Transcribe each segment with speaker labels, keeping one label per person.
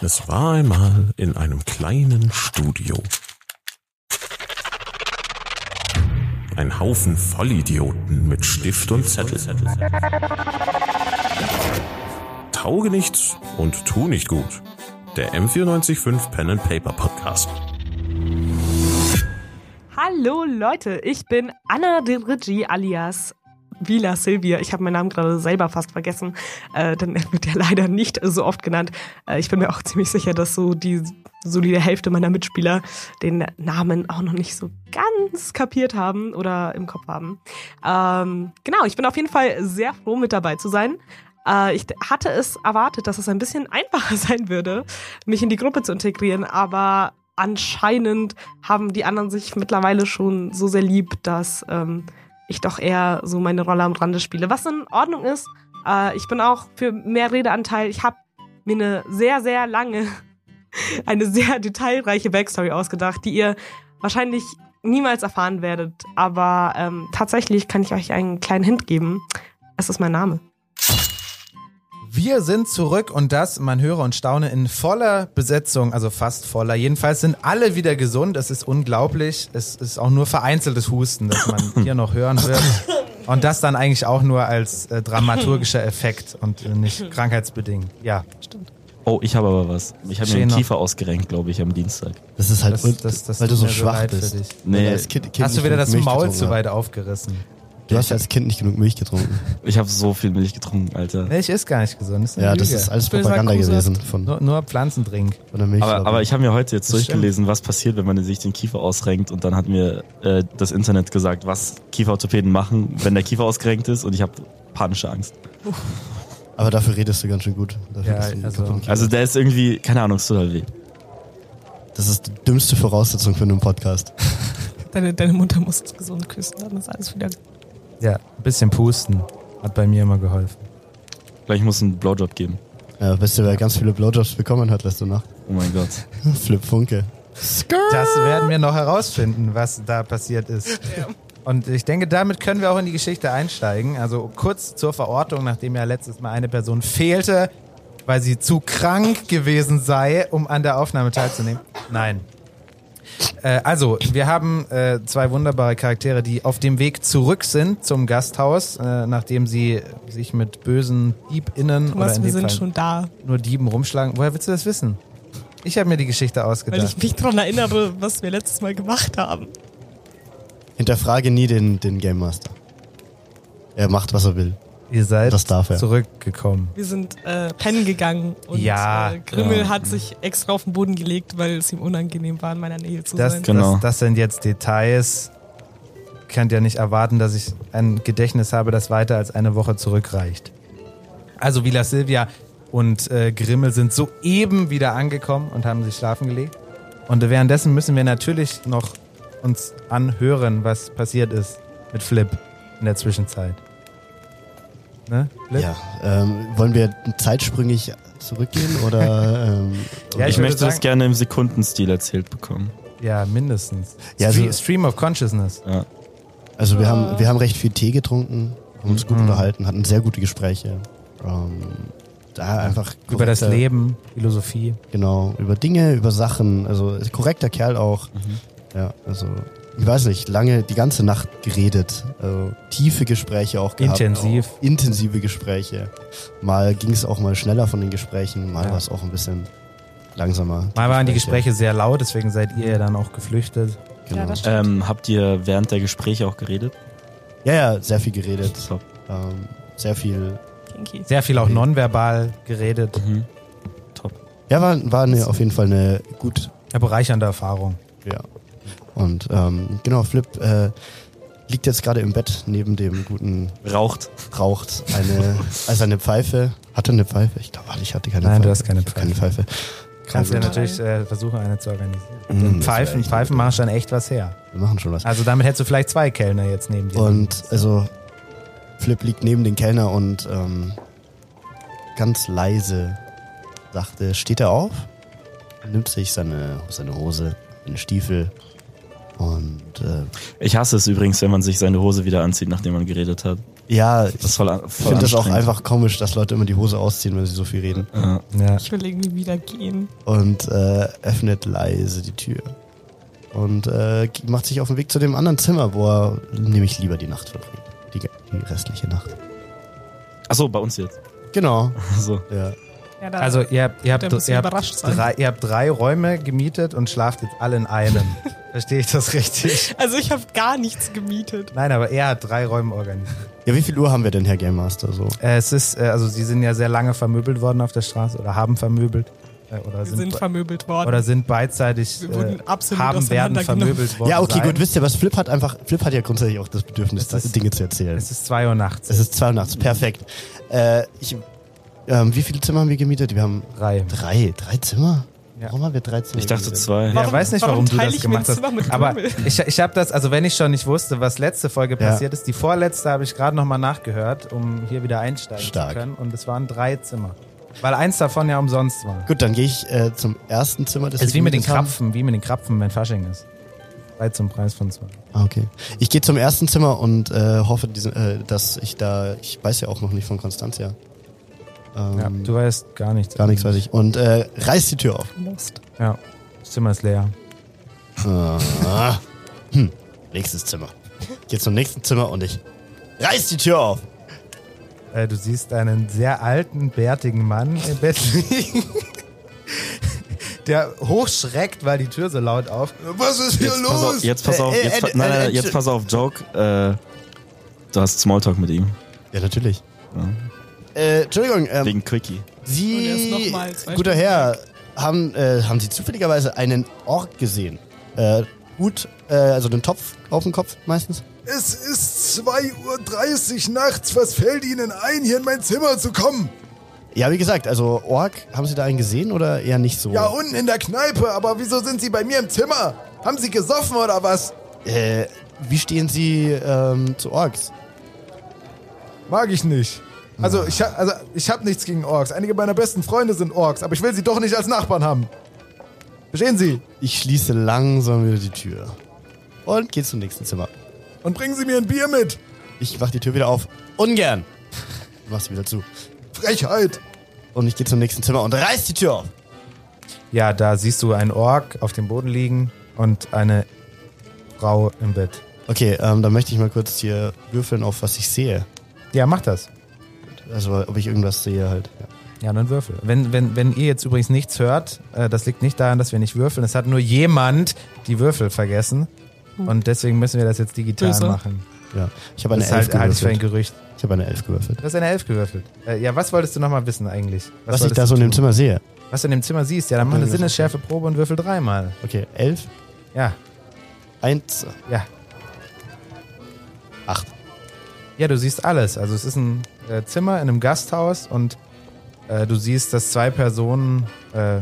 Speaker 1: Es war einmal in einem kleinen Studio. Ein Haufen Vollidioten mit Stift und Zettel. Tauge nichts und tu nicht gut. Der M945 Pen and Paper Podcast.
Speaker 2: Hallo Leute, ich bin Anna de Regie alias Vila Silvia. Ich habe meinen Namen gerade selber fast vergessen. Äh, dann wird er leider nicht so oft genannt. Äh, ich bin mir auch ziemlich sicher, dass so die solide Hälfte meiner Mitspieler den Namen auch noch nicht so ganz kapiert haben oder im Kopf haben. Ähm, genau, ich bin auf jeden Fall sehr froh, mit dabei zu sein. Äh, ich hatte es erwartet, dass es ein bisschen einfacher sein würde, mich in die Gruppe zu integrieren, aber anscheinend haben die anderen sich mittlerweile schon so sehr lieb, dass ähm, ich doch eher so meine Rolle am Rande spiele. Was in Ordnung ist, äh, ich bin auch für mehr Redeanteil. Ich habe mir eine sehr, sehr lange, eine sehr detailreiche Backstory ausgedacht, die ihr wahrscheinlich niemals erfahren werdet. Aber ähm, tatsächlich kann ich euch einen kleinen Hint geben. Es ist mein Name.
Speaker 3: Wir sind zurück und das, man höre und staune, in voller Besetzung, also fast voller. Jedenfalls sind alle wieder gesund. Es ist unglaublich. Es ist auch nur vereinzeltes Husten, das man hier noch hören wird. Und das dann eigentlich auch nur als äh, dramaturgischer Effekt und äh, nicht krankheitsbedingt. Ja,
Speaker 4: Oh, ich habe aber was. Ich habe mir
Speaker 3: Stehen
Speaker 4: den
Speaker 3: noch.
Speaker 4: Kiefer ausgerenkt, glaube ich, am Dienstag.
Speaker 5: Das ist halt,
Speaker 3: das,
Speaker 5: und-
Speaker 3: das, das
Speaker 5: weil du
Speaker 3: tut
Speaker 5: so
Speaker 3: mir
Speaker 5: schwach
Speaker 3: leid für
Speaker 5: bist.
Speaker 3: dich.
Speaker 5: Wenn du
Speaker 4: Nee,
Speaker 5: als Kind- Kind
Speaker 3: Hast du
Speaker 5: nicht
Speaker 3: wieder
Speaker 5: genug
Speaker 3: das
Speaker 5: Milch
Speaker 3: Maul
Speaker 5: getrunken
Speaker 3: zu
Speaker 5: hast.
Speaker 3: weit aufgerissen?
Speaker 5: Du hast als Kind nicht genug Milch getrunken.
Speaker 4: ich habe so viel Milch getrunken, Alter.
Speaker 3: Milch ist gar nicht gesund. ist eine
Speaker 5: Ja, das
Speaker 3: Lüge.
Speaker 5: ist alles
Speaker 2: will
Speaker 5: Propaganda
Speaker 2: sagen, Kuh
Speaker 5: gewesen von,
Speaker 3: nur, nur Pflanzendrink.
Speaker 5: von der Milch.
Speaker 4: Aber, aber ich habe mir heute jetzt
Speaker 3: Das stimmt.
Speaker 4: durchgelesen, was passiert, wenn man sich den Kiefer ausrenkt. Und dann hat mir äh, das Internet gesagt, was Kieferorthopäden machen, wenn der Kiefer ausgerenkt ist. Und ich habe panische Angst.
Speaker 5: aber dafür redest du ganz schön gut. Dafür
Speaker 3: Ja,
Speaker 5: bist du ein
Speaker 3: also-
Speaker 5: kaputter Kerl.
Speaker 4: Also der ist irgendwie, keine Ahnung, es tut halt weh.
Speaker 5: das ist die dümmste Voraussetzung für einen Podcast.
Speaker 6: Deine, deine Mutter muss es gesund küssen, dann ist alles wieder.
Speaker 3: Ja, ein bisschen pusten. Hat bei mir immer geholfen.
Speaker 4: Gleich muss ein Blowjob geben.
Speaker 5: Ja, wisst ihr, wer ganz viele Blowjobs bekommen hat letzte Nacht?
Speaker 4: Oh mein Gott.
Speaker 5: Flip Funke.
Speaker 3: Das werden wir noch herausfinden, was da passiert ist. Und ich denke, damit können wir auch in die Geschichte einsteigen. Also kurz zur Verortung, nachdem ja letztes Mal eine Person fehlte, weil sie zu krank gewesen sei, um an der Aufnahme teilzunehmen. Nein. Äh, also, wir haben äh, zwei wunderbare Charaktere, die auf dem Weg zurück sind zum Gasthaus, äh, nachdem sie sich mit bösen DiebInnen oder
Speaker 6: Thomas,
Speaker 3: in
Speaker 6: wir
Speaker 3: dem
Speaker 6: sind
Speaker 3: Fall
Speaker 6: schon da.
Speaker 3: nur Dieben rumschlagen. Woher willst du das wissen? Ich habe mir die Geschichte ausgedacht.
Speaker 6: Weil ich mich daran erinnere, was wir letztes Mal gemacht haben.
Speaker 5: Hinterfrage nie den, den Game Master. Er macht, was er will.
Speaker 3: Ihr seid
Speaker 5: Das darf er.
Speaker 3: zurückgekommen.
Speaker 6: Wir sind äh, pennen gegangen und
Speaker 3: Ja.
Speaker 6: äh, Grimmel
Speaker 4: Ja.
Speaker 6: hat sich extra auf den Boden gelegt, weil es ihm unangenehm war, in meiner Nähe zu
Speaker 3: Das,
Speaker 6: sein.
Speaker 4: Genau.
Speaker 3: das, das sind jetzt Details. Könnt ja nicht erwarten, dass ich ein Gedächtnis habe, das weiter als eine Woche zurückreicht. Also Vila Silvia und äh, Grimmel sind soeben wieder angekommen und haben sich schlafen gelegt. Und währenddessen müssen wir natürlich noch uns anhören, was passiert ist mit Flip in der Zwischenzeit. Ne? Flip?
Speaker 5: Ja. Ähm, wollen wir zeitsprüngig zurückgehen oder. Ähm,
Speaker 3: Ja,
Speaker 4: Ich
Speaker 3: würde
Speaker 4: möchte das
Speaker 3: sagen-
Speaker 4: gerne im Sekundenstil erzählt bekommen.
Speaker 3: ja mindestens.
Speaker 5: Ja,
Speaker 3: Stre-
Speaker 5: also-
Speaker 3: Stream of Consciousness.
Speaker 4: Ja.
Speaker 5: Also wir haben, wir haben recht viel Tee getrunken, haben uns
Speaker 3: Mhm.
Speaker 5: gut unterhalten, hatten sehr gute Gespräche. Ähm, da einfach
Speaker 3: Über das
Speaker 5: korrekter-
Speaker 3: Leben, Philosophie.
Speaker 5: Genau, über Dinge, über Sachen. Also ist korrekter Kerl auch.
Speaker 3: Mhm.
Speaker 5: Ja, also ich weiß nicht, lange die ganze Nacht geredet. Also tiefe Gespräche auch gehabt.
Speaker 3: Intensiv.
Speaker 5: Auch intensive Gespräche. Mal ging es auch mal schneller von den Gesprächen, mal
Speaker 3: Ja.
Speaker 5: war es auch ein bisschen langsamer.
Speaker 3: Mal waren die Gespräche sehr laut, deswegen seid ihr ja dann auch geflüchtet.
Speaker 5: Genau. Ja,
Speaker 6: Ja, das stimmt.
Speaker 4: Ähm, habt ihr während der Gespräche auch geredet?
Speaker 5: Genau. ja, sehr viel geredet.
Speaker 4: Top.
Speaker 5: Ähm, sehr viel.
Speaker 6: Kinky.
Speaker 3: Sehr viel auch
Speaker 5: Mhm.
Speaker 3: nonverbal geredet.
Speaker 4: Mhm.
Speaker 5: Ja, war, war eine, auf jeden Fall eine gut
Speaker 3: Eine bereichernde Erfahrung.
Speaker 5: Ja. Und ähm, genau, Flip äh, liegt jetzt gerade im Bett neben dem guten
Speaker 4: Raucht.
Speaker 5: Raucht eine, also eine Pfeife. Hatte eine Pfeife? Ich glaube, ich hatte keine
Speaker 3: Nein,
Speaker 5: Pfeife.
Speaker 3: du hast keine
Speaker 5: Ich hab Keine Pfeife.
Speaker 3: Kannst du
Speaker 5: Kein-
Speaker 3: natürlich äh, versuchen, eine zu organisieren.
Speaker 5: Mm, das wär
Speaker 3: Pfeifen,
Speaker 5: echt
Speaker 3: Pfeifen
Speaker 5: gut.
Speaker 3: machen schon echt was her.
Speaker 5: Wir machen schon was.
Speaker 3: Also damit hättest du vielleicht zwei Kellner jetzt neben dir.
Speaker 5: Und also Flip liegt neben den Kellner und ähm, ganz leise sagte, steht er auf, nimmt sich seine, seine Hose, seine Stiefel äh, und äh,
Speaker 4: Ich hasse es übrigens, wenn man sich seine Hose wieder anzieht, nachdem man geredet hat.
Speaker 5: Ja, ich
Speaker 4: Das ist voll, an- voll
Speaker 5: finde das auch
Speaker 4: anstrengend.
Speaker 5: einfach komisch, dass Leute immer die Hose ausziehen, wenn sie so viel reden.
Speaker 4: Ja.
Speaker 3: Ja.
Speaker 6: Ich will irgendwie wieder gehen.
Speaker 5: Und äh, öffnet leise die Tür. Und äh, macht sich auf den Weg zu dem anderen Zimmer, wo er nämlich lieber die Nacht verbringt. Die, die restliche Nacht.
Speaker 4: Achso, bei uns jetzt.
Speaker 5: Genau.
Speaker 4: Also,
Speaker 5: Ja.
Speaker 6: Ja, da-
Speaker 3: Also ihr habt, ihr habt,
Speaker 6: Der muss
Speaker 3: ihr,
Speaker 6: überrascht
Speaker 3: habt
Speaker 6: sein.
Speaker 3: drei, ihr habt drei Räume gemietet und schlaft jetzt alle in einem. Verstehe ich das richtig?
Speaker 6: also ich habe gar nichts gemietet.
Speaker 3: Nein, aber er hat drei Räume organisiert.
Speaker 5: ja, wie viel Uhr haben wir denn, Herr Game Master? So?
Speaker 3: Äh, es ist, äh, also sie sind ja sehr lange vermöbelt worden auf der Straße oder haben vermöbelt. Äh, oder,
Speaker 6: Wir sind,
Speaker 3: sind,
Speaker 6: vermöbelt
Speaker 4: Oh,
Speaker 6: worden.
Speaker 3: oder sind beidseitig
Speaker 6: Wir
Speaker 3: äh,
Speaker 6: wurden absolut
Speaker 3: haben werden
Speaker 6: auseinandergenommen.
Speaker 3: vermöbelt worden.
Speaker 5: Ja, okay,
Speaker 3: sein.
Speaker 5: gut. Wisst ihr was? Flip hat einfach, Flip hat ja grundsätzlich auch das Bedürfnis,
Speaker 3: Es ist-
Speaker 5: Dinge zu erzählen.
Speaker 3: Es ist zwei Uhr nachts.
Speaker 5: Es ist zwei Uhr nachts, perfekt. Äh, ich, ähm, wie viele Zimmer haben wir gemietet? Wir haben
Speaker 3: drei.
Speaker 5: drei, drei Zimmer?
Speaker 3: Ja.
Speaker 5: Warum haben wir drei Zimmer?
Speaker 4: ich dachte
Speaker 5: gemietet?
Speaker 4: zwei.
Speaker 3: Ja,
Speaker 6: Warum-
Speaker 3: weiß nicht, warum,
Speaker 6: warum
Speaker 3: du
Speaker 6: teile
Speaker 3: das
Speaker 6: ich mir ein
Speaker 3: gemacht hast.
Speaker 6: Zimmer mit
Speaker 3: Aber
Speaker 6: Krümel?
Speaker 3: ich, ich habe das, also wenn ich schon nicht wusste, was letzte Folge
Speaker 5: Ja.
Speaker 3: passiert ist, die vorletzte habe ich gerade nochmal nachgehört, um hier wieder einsteigen
Speaker 5: Stark.
Speaker 3: zu können. Und es waren drei Zimmer. Weil eins davon ja umsonst war.
Speaker 5: Gut, dann gehe ich äh, zum ersten Zimmer. Das
Speaker 3: Das ist
Speaker 5: wir
Speaker 3: wie mit den
Speaker 5: gemietet haben.
Speaker 3: Krapfen, wie mit den Krapfen, wenn Fasching ist. Drei zum Preis von zwei.
Speaker 5: Ah, okay. Ich gehe zum ersten Zimmer und äh, hoffe, diesen, äh, dass ich da, ich weiß ja auch noch nicht von Constantia. Ähm,
Speaker 3: Ja, du weißt gar nichts.
Speaker 5: Gar nichts weiß ich. Und äh, reiß die Tür auf.
Speaker 6: Lost.
Speaker 3: Ja, das Zimmer ist leer.
Speaker 5: Ah. Hm. Nächstes Zimmer. Ich gehe zum nächsten Zimmer und ich reiß die Tür auf.
Speaker 3: Äh, du siehst einen sehr alten, bärtigen Mann im Bett liegen. Der hochschreckt, weil die Tür so laut auf. Was ist hier
Speaker 4: Jetzt pass auf, jetzt pass auf,
Speaker 5: Äh, äh,
Speaker 4: jetzt, pa-
Speaker 5: äh,
Speaker 4: nein,
Speaker 5: äh,
Speaker 4: nein,
Speaker 5: äh,
Speaker 4: jetzt pass auf, Joke. Äh, du hast Smalltalk mit ihm.
Speaker 5: Ja, natürlich.
Speaker 4: Ja.
Speaker 5: Äh, Entschuldigung, ähm,
Speaker 4: Wegen Quickie.
Speaker 6: Und er Oh, ist
Speaker 5: Sie,
Speaker 6: noch mal zwei
Speaker 5: guter
Speaker 6: Stunden
Speaker 5: Herr, haben, äh, haben Sie zufälligerweise einen Ork gesehen? Äh, Hut, äh, also den Topf auf dem Kopf meistens?
Speaker 7: Es ist 2.30 Uhr nachts. Was fällt Ihnen ein, hier in mein Zimmer zu kommen?
Speaker 5: Ja, wie gesagt, also Ork, haben Sie da einen gesehen oder eher nicht so?
Speaker 7: Ja, unten in der Kneipe, aber wieso sind Sie bei mir im Zimmer? Haben Sie gesoffen oder was?
Speaker 5: Äh, wie stehen Sie ähm, zu Orks?
Speaker 7: Mag ich nicht. Also, ich, ha- also, ich habe nichts gegen Orks. Einige meiner besten Freunde sind Orks, aber ich will sie doch nicht als Nachbarn haben. Verstehen Sie?
Speaker 5: Ich schließe langsam wieder die Tür und gehe zum nächsten Zimmer.
Speaker 7: Und bringen Sie mir ein Bier mit.
Speaker 5: Ich mach die Tür wieder auf. Ungern! Mach sie wieder zu.
Speaker 7: Frechheit.
Speaker 5: Und ich gehe zum nächsten Zimmer und reiß die Tür auf.
Speaker 3: Ja, da siehst du einen Ork auf dem Boden liegen und eine Frau im Bett.
Speaker 5: Okay, ähm, dann möchte ich mal kurz hier würfeln auf, was ich sehe.
Speaker 3: Ja, mach das.
Speaker 5: Also, ob ich irgendwas sehe halt. Ja.
Speaker 3: Ja, dann würfel. Wenn, wenn, wenn ihr jetzt übrigens nichts hört, äh, das liegt nicht daran, dass wir nicht würfeln. Es hat nur jemand die Würfel vergessen. Und deswegen müssen wir das jetzt digital
Speaker 6: Böse.
Speaker 3: machen.
Speaker 5: Ja, ich habe eine
Speaker 3: Das
Speaker 5: Elf
Speaker 3: halte halt halte ich für ein
Speaker 5: gewürfelt.
Speaker 3: Gerücht.
Speaker 5: Ich habe eine Elf gewürfelt.
Speaker 3: Du hast eine Elf gewürfelt. Äh, ja, was wolltest du nochmal wissen eigentlich?
Speaker 5: Was, ich
Speaker 3: wolltest
Speaker 5: da
Speaker 3: du
Speaker 5: so in dem
Speaker 3: tun?
Speaker 5: Zimmer sehe.
Speaker 3: Was du in dem Zimmer siehst. Ja, dann mach eine
Speaker 5: Irgendwas.
Speaker 3: Sinnesschärfeprobe und würfel dreimal.
Speaker 5: Okay, elf,
Speaker 3: Ja,
Speaker 5: eins,
Speaker 3: ja.
Speaker 5: acht.
Speaker 3: Ja, du siehst alles. Also es ist ein äh, Zimmer in einem Gasthaus und äh, du siehst, dass zwei Personen äh,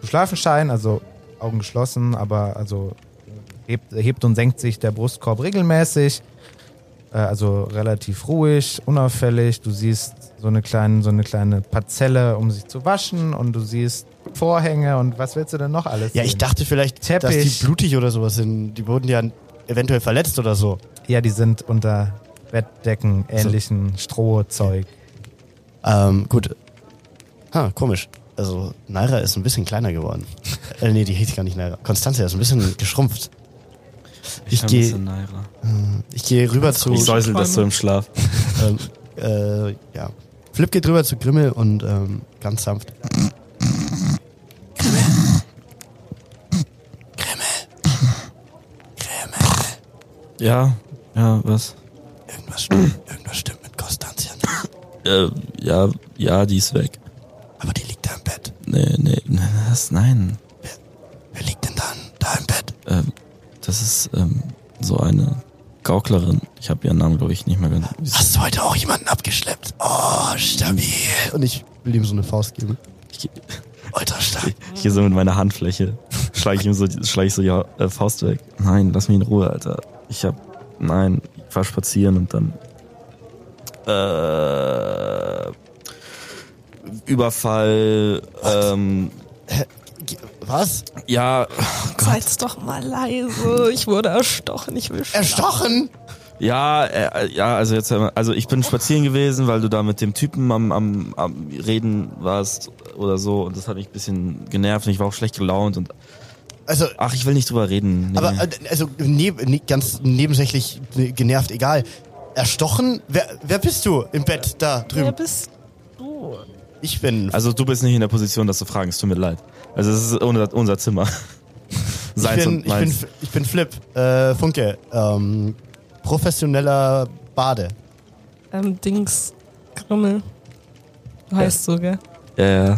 Speaker 3: zu schlafen scheinen, also Augen geschlossen, aber also hebt, hebt und senkt sich der Brustkorb regelmäßig. Äh, also relativ ruhig, unauffällig. Du siehst so eine kleine, so eine kleine Parzelle, um sich zu waschen und du siehst Vorhänge und was willst du denn noch alles?
Speaker 5: Ja,
Speaker 3: sehen?
Speaker 5: ich dachte vielleicht, dass
Speaker 3: Teppich.
Speaker 5: die blutig oder sowas sind. Die wurden ja eventuell verletzt oder so.
Speaker 3: Ja, die sind unter Bettdecken, ähnlichen Strohzeug.
Speaker 5: Ähm, gut. Ha, komisch. Also, Naira ist ein bisschen kleiner geworden. äh, nee, die hieß gar nicht Naira. Constanze ist ein bisschen geschrumpft. Ich
Speaker 4: bin ein
Speaker 5: geh-
Speaker 4: bisschen Naira.
Speaker 5: Ich gehe rüber zu.
Speaker 4: Ich säusel das so im Schlaf.
Speaker 5: Ähm, äh, ja. Flip geht rüber zu Grimmel und ähm, ganz sanft. Grimmel. Grimmel. Grimmel.
Speaker 4: Ja, ja, was?
Speaker 5: Irgendwas stimmt, irgendwas stimmt mit Konstanzia nicht.
Speaker 4: Äh, ja, ja, die ist weg.
Speaker 5: Aber die liegt da im Bett.
Speaker 4: Nee, nee, nee, das, nein.
Speaker 5: Wer liegt denn da, da im Bett?
Speaker 4: Ähm, das ist ähm, so eine Gauklerin. Ich habe ihren Namen, glaube ich, nicht mehr genannt.
Speaker 5: Hast du heute auch jemanden abgeschleppt? Oh, stabil. Und ich will ihm so eine Faust geben.
Speaker 4: Ich, geh-
Speaker 5: Ultra stark.
Speaker 4: ich gehe so mit meiner Handfläche. Schlage ich ihm so, die- schlag ich so die Ha- äh, Faust weg. Nein, lass mich in Ruhe, Alter. Ich hab. Nein, ich war spazieren und dann. Äh. Überfall. Ähm,
Speaker 5: Was?
Speaker 4: ja,
Speaker 6: Seid's doch mal leise. Ich wurde erstochen. Ich will schlafen.
Speaker 5: Erstochen?
Speaker 4: Ja, äh, ja, also jetzt, äh, also ich bin spazieren gewesen, weil du da mit dem Typen am, am, am Reden warst oder so und das hat mich ein bisschen genervt und ich war auch schlecht gelaunt und
Speaker 5: Also,
Speaker 4: ach, ich will nicht drüber reden. Nee.
Speaker 5: aber äh, also neb, ne, ganz nebensächlich ne, genervt, egal. Erstochen? Wer, wer bist du im Bett da drüben?
Speaker 6: bist du?
Speaker 5: Ich bin.
Speaker 4: also du bist nicht in der Position, das zu fragen, es tut mir leid. Also es ist ohne unser Zimmer.
Speaker 5: ich,
Speaker 4: Seins
Speaker 5: bin
Speaker 4: und
Speaker 5: ich, bin
Speaker 4: meins.
Speaker 5: F- ich bin Flip äh, Funke, ähm, professioneller Bade.
Speaker 6: Ähm, Dings. Krümmel. Du heißt so, gell?
Speaker 4: Ja, ja.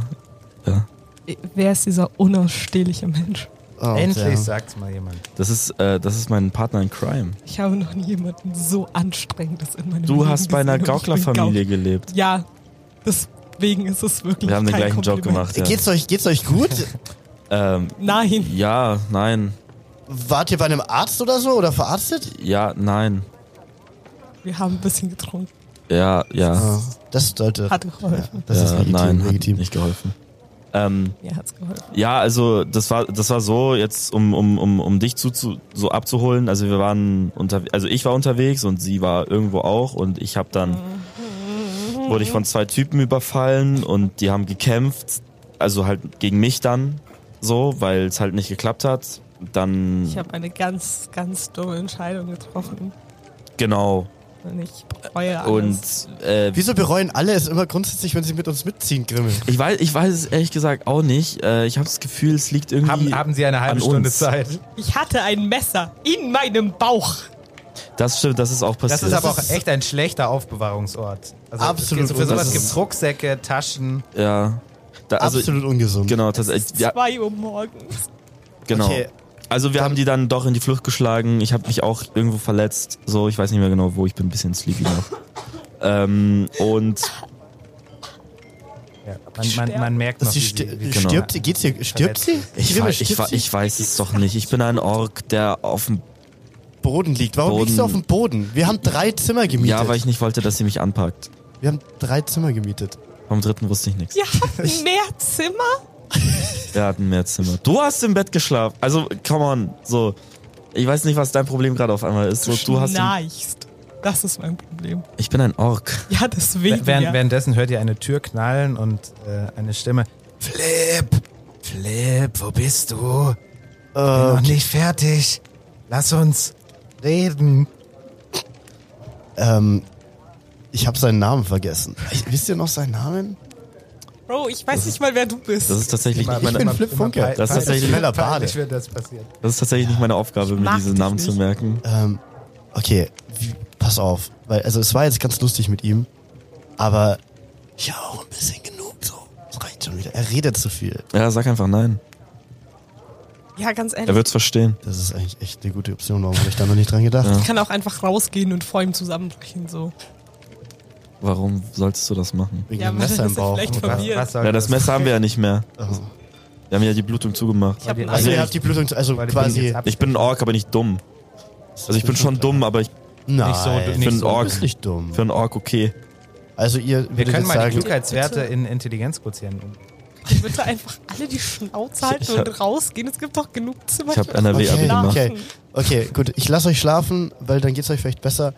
Speaker 6: Äh, Wer ist dieser unausstehliche Mensch?
Speaker 5: Oh,
Speaker 3: Endlich
Speaker 5: ja.
Speaker 3: sagt's mal jemand.
Speaker 4: das ist, äh, das ist mein Partner in Crime.
Speaker 6: Ich habe noch nie jemanden so anstrengendes in meinem Leben
Speaker 4: Du hast bei einer
Speaker 6: gesehen und ich bin
Speaker 4: Gauklerfamilie gelebt.
Speaker 6: Gaukler. Ja, deswegen ist es wirklich
Speaker 4: Wir haben den
Speaker 6: kein
Speaker 4: gleichen Job
Speaker 6: Kompliment.
Speaker 4: gemacht. Ja.
Speaker 5: Geht's, euch, geht's euch gut?
Speaker 4: Ähm,
Speaker 6: Nein.
Speaker 4: ja, nein,
Speaker 5: Wart ihr bei einem Arzt oder so oder verarztet?
Speaker 4: ja, nein,
Speaker 6: Wir haben ein bisschen getrunken.
Speaker 4: ja, ja.
Speaker 5: Ah, Das sollte.
Speaker 6: Hat geholfen.
Speaker 5: Das ist
Speaker 4: ja,
Speaker 5: legitim.
Speaker 4: Äh, nein,
Speaker 5: legitim.
Speaker 4: hat nicht geholfen. Ähm,
Speaker 6: Mir hat's geholfen.
Speaker 4: ja, also das war das war so jetzt um um um um dich zu, zu so abzuholen. Also wir waren unter also ich war unterwegs und sie war irgendwo auch und ich habe dann wurde ich von zwei Typen überfallen und die haben gekämpft, also halt gegen mich dann so, weil es halt nicht geklappt hat. Dann
Speaker 6: Ich habe eine ganz, ganz dumme Entscheidung getroffen.
Speaker 4: genau
Speaker 6: Und ich bereue
Speaker 4: und
Speaker 6: alles.
Speaker 4: äh,
Speaker 5: Wieso bereuen alle es immer grundsätzlich, wenn sie mit uns mitziehen, Grimmel?
Speaker 4: ich weiß ich weiß es ehrlich gesagt auch nicht. Äh, ich habe das Gefühl, es liegt irgendwie
Speaker 3: Haben, haben Sie eine halbe
Speaker 4: an
Speaker 3: Stunde
Speaker 4: uns.
Speaker 3: Zeit?
Speaker 6: Ich hatte ein Messer in meinem Bauch.
Speaker 4: Das stimmt, das ist auch passiert.
Speaker 3: Das ist aber auch echt ein schlechter Aufbewahrungsort. Also
Speaker 5: Absolut.
Speaker 3: es gibt- Für
Speaker 5: Und das
Speaker 3: sowas
Speaker 4: ist-
Speaker 3: gibt's Rucksäcke, Taschen.
Speaker 4: Ja. Da, also,
Speaker 5: Absolut ungesund.
Speaker 4: Genau, tatsächlich. Ja,
Speaker 6: Zwei Uhr morgens.
Speaker 4: genau.
Speaker 5: Okay.
Speaker 4: Also wir haben die dann doch in die Flucht geschlagen. Ich habe mich auch irgendwo verletzt. So, ich weiß nicht mehr genau wo. Ich bin ein bisschen sleepy noch. ähm, und
Speaker 3: Ja, man, man, man merkt noch,
Speaker 5: Dass sie
Speaker 3: wie sie-
Speaker 5: sti-
Speaker 3: wie sie-
Speaker 4: Genau.
Speaker 5: stirbt, sie- geht's ihr, stirbt sie?
Speaker 4: ich,
Speaker 5: Grimmel,
Speaker 4: weiß, ich,
Speaker 5: stirbt
Speaker 4: wei-
Speaker 5: sie?
Speaker 4: ich weiß es doch nicht. Ich bin ein Ork, der auf dem...
Speaker 5: Boden liegt. Warum
Speaker 4: Boden-
Speaker 5: liegst du auf dem Boden? Wir haben drei Zimmer gemietet.
Speaker 4: Ja, weil ich nicht wollte, dass sie mich anpackt.
Speaker 5: Wir haben drei Zimmer gemietet.
Speaker 4: Vom dritten wusste ich nichts.
Speaker 6: Wir hatten mehr Zimmer.
Speaker 4: Wir hatten mehr Zimmer. Du hast im Bett geschlafen. Also, come on. So, ich weiß nicht, was dein Problem gerade auf einmal ist. So, du hast... Im,
Speaker 6: Schnarchst. Das ist mein Problem.
Speaker 4: ich bin ein Ork.
Speaker 6: Ja, deswegen.
Speaker 3: Während,
Speaker 6: ja.
Speaker 3: Währenddessen hört ihr eine Tür knallen und äh, eine Stimme. Flip! Flip, wo bist du? Bin noch nicht fertig. Lass uns reden.
Speaker 5: Ähm, ich habe seinen Namen vergessen. Ich, wisst ihr noch seinen Namen?
Speaker 6: Bro, ich weiß nicht mal, wer du bist.
Speaker 4: Das ist tatsächlich nicht meine...
Speaker 5: bin Flip Funke.
Speaker 4: Das ist tatsächlich-
Speaker 5: Schneller Bade.
Speaker 3: Ich wird das passiert.
Speaker 4: Das ist tatsächlich nicht meine Aufgabe, mir
Speaker 6: mag
Speaker 4: diese
Speaker 6: dich
Speaker 4: Namen
Speaker 6: nicht.
Speaker 4: zu merken.
Speaker 5: Ähm, okay, wie, pass auf. Weil, also es war jetzt ganz lustig mit ihm, aber ich habe auch ein bisschen genug so. Es reicht schon wieder. Er redet zu viel.
Speaker 4: Ja, sag einfach nein.
Speaker 6: ja, ganz ehrlich.
Speaker 4: Er wird's verstehen.
Speaker 5: Das ist eigentlich echt eine gute Option. Warum habe ich da noch nicht dran gedacht?
Speaker 4: Ja.
Speaker 6: Ich kann auch einfach rausgehen und vor ihm zusammenbrechen. So.
Speaker 4: Warum solltest du das machen?
Speaker 5: Wegen
Speaker 6: Ja,
Speaker 5: dem
Speaker 6: weil
Speaker 5: Messer
Speaker 6: das
Speaker 5: im
Speaker 6: ist
Speaker 5: Bauch.
Speaker 6: vielleicht-
Speaker 3: Und
Speaker 6: verwirrt.
Speaker 3: soll
Speaker 4: Ja, das Messer haben wir ja nicht mehr.
Speaker 5: Oh.
Speaker 4: Wir haben ja die Blutung zugemacht.
Speaker 6: Ich habe einen
Speaker 5: Also
Speaker 4: Also
Speaker 5: ihr
Speaker 4: ich-
Speaker 5: habt die Blutung, zu- also
Speaker 3: Weil die Blutung
Speaker 5: quasi.
Speaker 3: jetzt ab-
Speaker 4: Ich bin ein Ork, aber nicht dumm. Also ich bin schon dumm, aber ich
Speaker 5: Nein,
Speaker 3: Nicht so- nicht
Speaker 5: du
Speaker 4: so.
Speaker 5: bist nicht dumm.
Speaker 4: für einen Ork okay.
Speaker 5: Also ihr
Speaker 3: Wir
Speaker 5: würdet
Speaker 3: können
Speaker 5: jetzt
Speaker 3: mal die
Speaker 5: sagen,
Speaker 3: Klugheitswerte in Intelligenzquotienten um.
Speaker 6: bitte einfach alle die Schnauze halten
Speaker 4: Ich- ich hab-
Speaker 6: und rausgehen. Es gibt doch genug Zimmer.
Speaker 4: Ich habe NRW
Speaker 5: Okay,
Speaker 4: Abi gemacht.
Speaker 5: okay. okay, gut, ich lasse euch schlafen, weil dann geht's euch vielleicht besser.